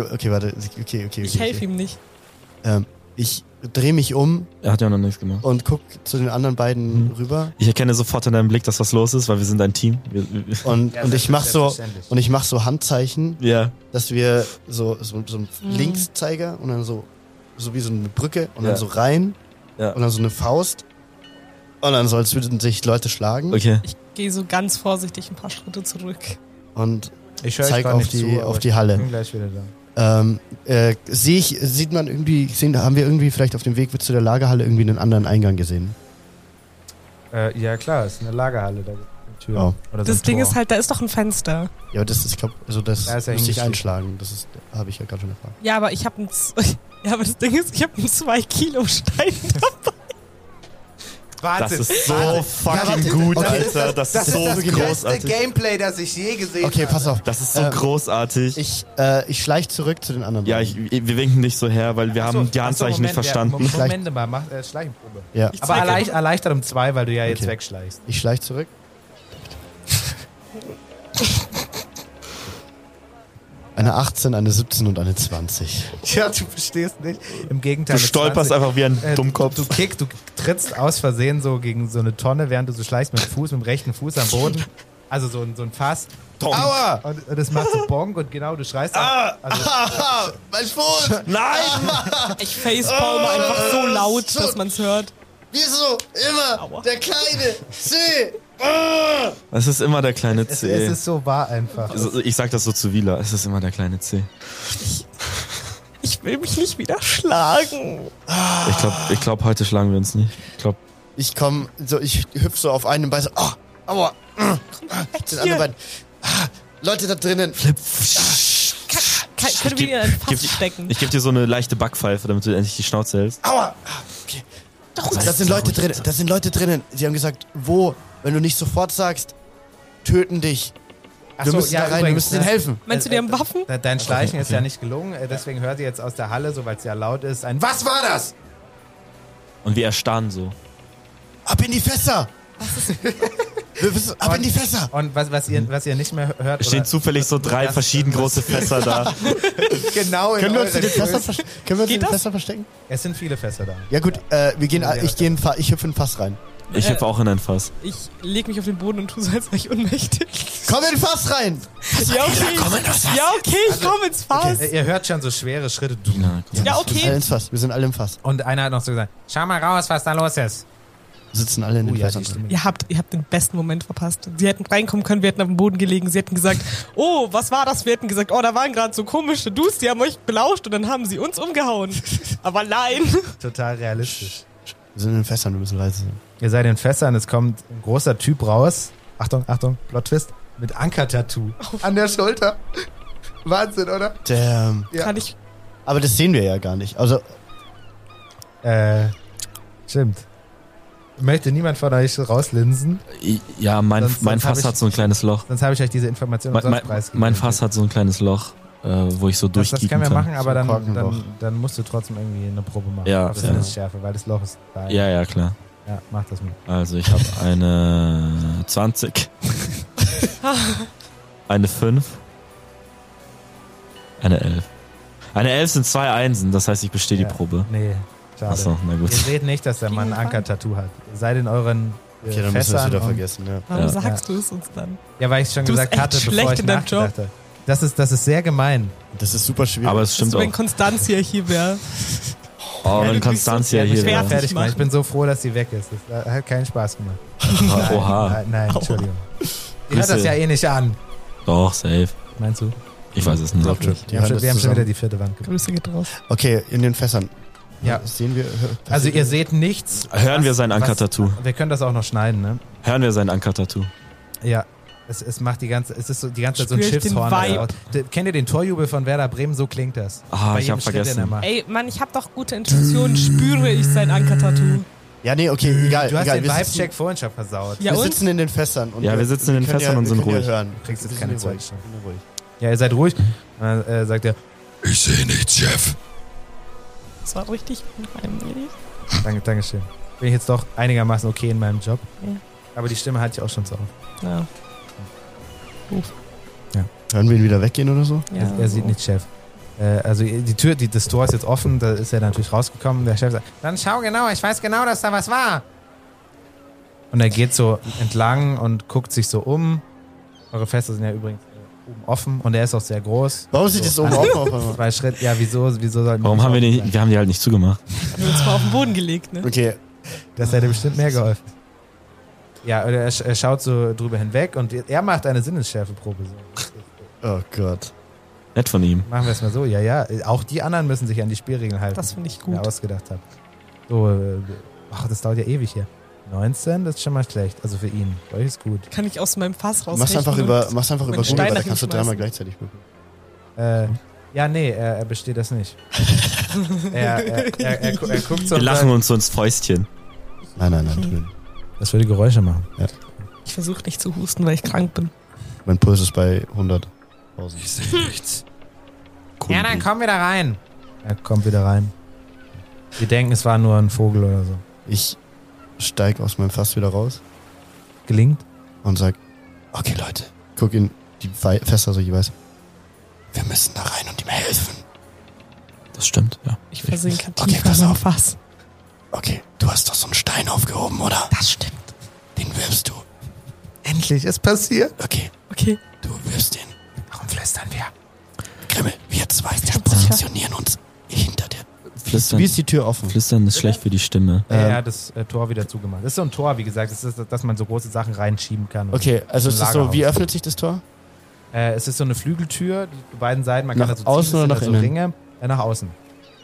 Speaker 5: okay, okay warte. Okay, okay, okay.
Speaker 6: Ich helfe
Speaker 5: okay.
Speaker 6: ihm nicht.
Speaker 5: Ähm, ich drehe mich um
Speaker 4: Er hat ja noch nichts gemacht.
Speaker 5: und guck zu den anderen beiden rüber
Speaker 4: Ich erkenne sofort in deinem Blick, dass was los ist, weil wir sind ein Team. Wir, wir,
Speaker 5: und, und ich mach so
Speaker 3: selbstverständlich.
Speaker 5: und ich mach so Handzeichen,
Speaker 4: ja.
Speaker 5: dass wir so so, so einen Linkszeiger und dann so so wie so eine Brücke und
Speaker 4: Ja.
Speaker 5: dann so rein
Speaker 4: Ja.
Speaker 5: und dann so eine Faust und dann so als würden sich Leute schlagen
Speaker 4: Okay.
Speaker 6: Ich gehe so ganz vorsichtig ein paar Schritte zurück.
Speaker 5: und
Speaker 3: Ich
Speaker 5: zeig auf die auf die Halle.
Speaker 3: bin gleich wieder da.
Speaker 5: Ähm, äh, sehe ich sieht man irgendwie sehen haben wir irgendwie vielleicht auf dem Weg zu der Lagerhalle irgendwie einen anderen Eingang gesehen?
Speaker 3: Äh, ja, klar, es ist eine Lagerhalle. Da gibt's eine Tür.
Speaker 5: Oh.
Speaker 3: Oder so
Speaker 6: Das
Speaker 3: ein
Speaker 6: Ding
Speaker 3: Tor.
Speaker 6: ist halt, da ist doch ein Fenster.
Speaker 5: Ja, aber das ist, ich glaube, also das
Speaker 3: Da ist er
Speaker 5: müsste ich
Speaker 3: hingeschrieben.
Speaker 5: einschlagen. Das ist, habe ich ja gerade schon erfahren.
Speaker 6: Ja, aber ich habe ein. Z- Ja, aber das Ding ist, ich habe einen 2 Kilo Stein.
Speaker 4: Das
Speaker 3: Wahnsinn.
Speaker 4: ist so fucking
Speaker 5: warte,
Speaker 4: gut,
Speaker 5: okay.
Speaker 4: Alter. Das,
Speaker 5: Das
Speaker 4: ist
Speaker 5: ist
Speaker 4: so
Speaker 5: das
Speaker 4: großartig.
Speaker 3: Gameplay, das ich je gesehen
Speaker 5: Okay, pass auf.
Speaker 4: Das ist so
Speaker 5: Ähm,
Speaker 4: großartig.
Speaker 5: Ich, äh, ich schleiche zurück zu den anderen.
Speaker 4: ja,
Speaker 5: beiden.
Speaker 4: ich, wir winken nicht so her, weil wir haben die Handzeichen nicht verstanden.
Speaker 3: Ja, Moment mal, mach äh, Schleichenprobe.
Speaker 5: ja.
Speaker 6: Ich
Speaker 3: Aber
Speaker 6: zeig
Speaker 3: erleicht, erleichtert um zwei, weil du ja jetzt
Speaker 5: Okay.
Speaker 3: wegschleichst.
Speaker 5: ich schleiche zurück. Eine 18, eine 17 und eine 20.
Speaker 3: Ja, du verstehst nicht. Im Gegenteil.
Speaker 4: du stolperst einfach wie ein
Speaker 3: Äh,
Speaker 4: Dummkopf.
Speaker 3: Du, du kickst, du trittst aus Versehen so gegen so eine Tonne, während du so schleichst mit dem Fuß, mit dem rechten Fuß am Boden. Also so ein, so ein Fass.
Speaker 4: Tom.
Speaker 3: Aua! Und, und das macht so Bonk und genau, du schreist. Ah, also,
Speaker 5: mein Fuß!
Speaker 4: Nein!
Speaker 6: Ich
Speaker 3: Oh,
Speaker 6: facepalme einfach so laut, dass man es hört.
Speaker 5: Wieso? Immer! Der kleine C!
Speaker 4: Es ist immer der kleine
Speaker 3: es,
Speaker 4: C.
Speaker 3: es ist so wahr einfach.
Speaker 4: Also, ich sag das so zu Wila. Es ist immer der kleine C.
Speaker 6: Ich will mich nicht wieder schlagen.
Speaker 4: Ich glaube, ich glaub, heute schlagen wir uns nicht. Ich glaube,
Speaker 5: Ich komm, so, ich hüpf so auf einen Bein so, oh, aua,
Speaker 6: Echt
Speaker 5: den anderen
Speaker 6: hier.
Speaker 5: Bein. Ah, Leute da drinnen.
Speaker 6: Kann, können wir
Speaker 4: geb-
Speaker 6: ihn in ein Fass
Speaker 4: geb dir-
Speaker 6: stecken?
Speaker 4: ich gebe dir so eine leichte Backpfeife, damit du endlich die Schnauze hältst.
Speaker 5: Aua! Ah, Okay. Da sind Leute drinnen, da sind Leute drinnen. Sie haben gesagt, wo, wenn du nicht sofort sagst, töten dich. wir
Speaker 3: so,
Speaker 5: müssen
Speaker 3: ja,
Speaker 5: da rein, wir
Speaker 3: übrigens,
Speaker 5: müssen
Speaker 3: ne?
Speaker 5: denen helfen.
Speaker 6: Meinst du, die haben Waffen?
Speaker 3: De- Dein Schleichen ist ja nicht gelungen, äh, deswegen hört ihr jetzt aus der Halle, sobald es ja laut ist, ein Was war das?
Speaker 4: Und wir erstarren so.
Speaker 5: Ab in die Fässer! Wir müssen- Ab in die Fässer!
Speaker 3: Und was, was,
Speaker 6: Mhm.
Speaker 3: ihr, was ihr nicht mehr hört,
Speaker 4: Es stehen
Speaker 3: oder
Speaker 4: zufällig so drei
Speaker 3: das-
Speaker 4: verschieden große Fässer da.
Speaker 3: genau in
Speaker 5: Können wir uns in
Speaker 3: eurer
Speaker 5: den Fässern
Speaker 3: Größe.
Speaker 5: verstecken? Können wir uns in den
Speaker 6: das?
Speaker 5: Fässern verstecken?
Speaker 3: Es sind viele Fässer da.
Speaker 5: Ja gut, äh, wir gehen,
Speaker 3: Ja,
Speaker 5: ich
Speaker 3: okay.
Speaker 5: gehe in Fa ich hüpfe in ein Fass rein.
Speaker 4: Ich hüpfe auch in ein Fass.
Speaker 6: Ich leg mich auf den Boden und tu so, als wäre ich ohnmächtig.
Speaker 5: Komm in den Fass rein!
Speaker 6: Ja, okay. Ja, okay, ich komm ins Fass.
Speaker 3: Äh, Ihr hört schon so schwere Schritte.
Speaker 6: Ja,
Speaker 5: Wir sind alle
Speaker 3: halt-
Speaker 6: okay.
Speaker 5: ins Fass, wir sind alle im Fass.
Speaker 3: Und einer hat noch so gesagt, schau mal raus, was da los ist.
Speaker 5: Sitzen alle in den
Speaker 3: Oh ja, die
Speaker 5: Fässern drin.
Speaker 3: Stimme.
Speaker 6: Ihr habt, ihr habt den besten Moment verpasst. Sie hätten reinkommen können, wir hätten auf dem Boden gelegen. Sie hätten gesagt, oh, was war das? Wir hätten gesagt, oh, da waren gerade so komische Dudes, die haben euch belauscht und dann haben sie uns umgehauen. Aber nein.
Speaker 3: Total realistisch.
Speaker 5: Wir sind in den Fässern, wir müssen leise sein.
Speaker 3: Ihr seid in Fässern, es kommt ein großer Typ raus. Achtung, Achtung, Plot Twist. Mit Anker-Tattoo. An der Schulter. Wahnsinn, oder?
Speaker 5: Damn.
Speaker 3: Ja.
Speaker 6: Kann ich,
Speaker 5: Aber das sehen wir ja gar nicht. Also,
Speaker 3: Äh, stimmt. Möchte niemand von euch rauslinsen,
Speaker 4: I- Ja, mein,
Speaker 3: Sonst-
Speaker 4: mein
Speaker 3: sonst hab
Speaker 4: Fass
Speaker 3: ich-
Speaker 4: hat so ein kleines Loch.
Speaker 3: sonst habe ich euch diese Information
Speaker 4: Mein,
Speaker 3: umsonst
Speaker 4: mein,
Speaker 3: preisgegeben.
Speaker 4: mein Fass hat so ein kleines Loch, äh, wo ich so
Speaker 3: das, das
Speaker 4: durchkicken
Speaker 3: können wir
Speaker 4: kann.
Speaker 3: machen, aber dann,
Speaker 5: Korken
Speaker 3: dann,
Speaker 5: doch.
Speaker 3: dann musst du trotzdem irgendwie eine Probe machen.
Speaker 4: Ja,
Speaker 3: auf
Speaker 4: ja.
Speaker 3: Sinnesschärfe, weil das Loch ist da.
Speaker 4: Ja, ja, klar.
Speaker 3: ja mach das mal.
Speaker 4: Also ich habe eine 20, eine 5, eine 11. Eine 11 sind zwei Einsen, das heißt, ich bestehe
Speaker 3: Ja.
Speaker 4: die Probe.
Speaker 3: Nee, schade.
Speaker 4: Achso, na gut.
Speaker 3: Ihr seht nicht, dass der Mann ein Anker-Tattoo hat. Seid in euren äh,
Speaker 5: okay, dann müssen wir es
Speaker 3: Fässern.
Speaker 5: wieder
Speaker 3: und-
Speaker 5: vergessen, ja.
Speaker 6: warum
Speaker 4: Ja.
Speaker 6: sagst du es uns dann?
Speaker 3: ja, weil ich schon
Speaker 6: Du bist
Speaker 3: gesagt
Speaker 6: echt
Speaker 3: hatte, bevor
Speaker 6: schlecht
Speaker 3: ich
Speaker 6: in deinem Job.
Speaker 3: nachgedacht habe. Das ist, das ist sehr gemein.
Speaker 5: Das ist super schwierig.
Speaker 4: Aber es
Speaker 6: Dass
Speaker 4: stimmt
Speaker 6: du, wenn
Speaker 4: auch.
Speaker 6: Konstanz hier, hier wäre.
Speaker 4: Oh,
Speaker 6: Ja,
Speaker 4: wenn
Speaker 6: du
Speaker 4: Konstanzia
Speaker 3: Ich
Speaker 4: hier
Speaker 3: bin
Speaker 6: schwer
Speaker 4: wäre.
Speaker 3: fertig gemacht. Ich bin so froh, dass sie weg ist. Das äh, hat keinen Spaß gemacht.
Speaker 6: Ah.
Speaker 3: Äh,
Speaker 4: Oha.
Speaker 3: Nein, nein Entschuldigung. Ihr hört
Speaker 4: Grüße.
Speaker 3: das ja eh nicht an.
Speaker 4: Doch, safe.
Speaker 3: Meinst du?
Speaker 4: Ich weiß es nicht.
Speaker 5: Die
Speaker 3: Wir haben,
Speaker 5: hören
Speaker 3: schon,
Speaker 5: das
Speaker 3: wir haben schon
Speaker 5: zusammen.
Speaker 3: wieder die vierte Wand gebrochen.
Speaker 6: Grüße geht raus.
Speaker 5: Okay, in den Fässern.
Speaker 3: Ja.
Speaker 5: Das sehen wir. das
Speaker 3: Also
Speaker 5: sehen wir.
Speaker 3: ihr seht nichts.
Speaker 4: Hören wir sein
Speaker 3: was-
Speaker 4: Anker-Tattoo.
Speaker 3: Wir können das auch noch schneiden, ne?
Speaker 4: Hören wir sein Anker-Tattoo.
Speaker 3: Ja. Es, es macht die ganze, es ist so die ganze Zeit so ein
Speaker 6: Spür ich den
Speaker 3: Schiffshorn.
Speaker 6: Vibe.
Speaker 3: raus. D- Kennt ihr den Torjubel von Werder Bremen? So klingt das.
Speaker 4: Ah,
Speaker 3: Bei
Speaker 4: ich
Speaker 3: jedem
Speaker 4: hab
Speaker 3: Schritt, den er
Speaker 4: vergessen.
Speaker 3: macht.
Speaker 6: Ey, Mann, ich hab doch gute Intentionen, spüre ich sein Anker-Tattoo.
Speaker 5: Ja, nee, okay, egal.
Speaker 3: Du hast
Speaker 5: egal.
Speaker 3: den
Speaker 5: wir
Speaker 3: Vibe-Check vorhin schon versaut.
Speaker 6: Ja
Speaker 5: wir
Speaker 6: und?
Speaker 5: sitzen in den Fässern. Und
Speaker 4: Ja, wir sitzen in den
Speaker 5: können
Speaker 4: Fässern
Speaker 5: ja,
Speaker 4: und
Speaker 5: wir
Speaker 4: sind
Speaker 5: können
Speaker 4: ruhig.
Speaker 5: Ja hören.
Speaker 3: Du kriegst jetzt
Speaker 5: Wir
Speaker 3: keine
Speaker 5: sind ruhig.
Speaker 3: Zweigstelle.
Speaker 5: Wir sind ruhig.
Speaker 3: Ja, ihr seid ruhig. Und dann äh, sagt er, ich sehe nichts, Chef.
Speaker 6: Das war richtig unheimlich.
Speaker 3: Danke, Dankeschön. Bin ich jetzt doch einigermaßen okay in meinem Job.
Speaker 6: Ja.
Speaker 3: Aber die Stimme hatte ich auch schon so auf.
Speaker 6: Ja,
Speaker 5: Hören wir ihn wieder weggehen oder so?
Speaker 6: ja.
Speaker 3: er sieht
Speaker 6: so.
Speaker 3: nicht Chef. Äh, also die Tür, die, das Tor ist jetzt offen, da ist er natürlich rausgekommen. Der Chef sagt, dann schau genau, ich weiß genau, dass da was war. Und er geht so entlang und guckt sich so um. Eure Fässer sind ja übrigens äh, oben offen und er ist auch sehr groß.
Speaker 5: Warum sieht das so oben
Speaker 3: also-
Speaker 5: auf auf einmal?
Speaker 3: Zwei Schritt, ja, wieso, wieso sollten
Speaker 4: Warum haben wir
Speaker 3: nicht
Speaker 4: den, wir haben die halt nicht zugemacht?
Speaker 6: Haben wir uns mal auf den Boden gelegt, ne?
Speaker 5: Okay,
Speaker 3: Ah, Das hätte bestimmt mehr geholfen. Ja, oder er, sch- er schaut so drüber hinweg und er macht eine Sinnesschärfeprobe. So.
Speaker 5: oh Gott.
Speaker 4: Nett von ihm.
Speaker 3: Machen wir es mal so. Ja, ja. Auch die anderen müssen sich an die Spielregeln halten.
Speaker 6: Das finde ich gut.
Speaker 3: mir ausgedacht habe. So, äh, ach, das dauert ja ewig hier. 19, das ist schon mal schlecht. Also für ihn. Für euch ist gut.
Speaker 6: Kann ich aus meinem Fass raus.
Speaker 5: Mach's einfach über, mach's einfach über
Speaker 6: und
Speaker 5: Google,
Speaker 6: Stein
Speaker 5: weil da
Speaker 6: nach ihm
Speaker 5: kannst du dreimal
Speaker 6: schmeißen.
Speaker 5: gleichzeitig machen.
Speaker 3: Äh, ja, nee, er, er besteht das nicht. er, er, er, er, gu- er guckt so.
Speaker 4: Wir
Speaker 3: und
Speaker 4: lachen
Speaker 3: sagt,
Speaker 4: uns so ins Fäustchen.
Speaker 5: Nein, nein, nein, nein.
Speaker 3: Das würde Geräusche machen.
Speaker 6: Ich versuche nicht zu husten, weil ich krank bin.
Speaker 5: Mein Puls ist bei 100.000.
Speaker 3: Ja, dann komm wieder rein. Er kommt wieder rein. Wir denken, es war nur ein Vogel oder so.
Speaker 5: Ich steig aus meinem Fass wieder raus
Speaker 3: Gelingt?
Speaker 5: und sag, okay Leute, guck in die Wei- Fässer so jeweils. Wir müssen da rein und ihm helfen.
Speaker 4: Das stimmt, ja.
Speaker 6: Ich versinke
Speaker 5: Okay,
Speaker 6: tief
Speaker 5: pass
Speaker 6: in meinem
Speaker 5: auf.
Speaker 6: Fass.
Speaker 5: Okay, du hast doch so einen Stein aufgehoben, oder?
Speaker 6: Das stimmt.
Speaker 5: Den wirfst du.
Speaker 3: Endlich, es passiert.
Speaker 5: Okay,
Speaker 6: Okay.
Speaker 5: du wirfst den.
Speaker 3: Warum flüstern wir?
Speaker 5: Grimmel, wir zwei, wir
Speaker 6: ganz sicher.
Speaker 5: positionieren uns hinter der.
Speaker 4: Flüstern,
Speaker 5: Wie ist die Tür offen?
Speaker 4: Flüstern ist schlecht für die Stimme.
Speaker 3: Ja,
Speaker 5: Ähm.
Speaker 3: er hat das äh, Tor wieder zugemacht. Das ist so ein Tor, wie gesagt. Das ist, dass man so große Sachen reinschieben kann.
Speaker 5: Okay, also es ist so, wie öffnet sich das Tor?
Speaker 3: Äh, es ist so eine Flügeltür, die zu beiden Seiten. Man kann
Speaker 5: Nach
Speaker 3: da so
Speaker 5: außen
Speaker 3: ziehen,
Speaker 5: oder
Speaker 3: es sind
Speaker 5: nach
Speaker 3: da so Ringe. Äh, nach außen.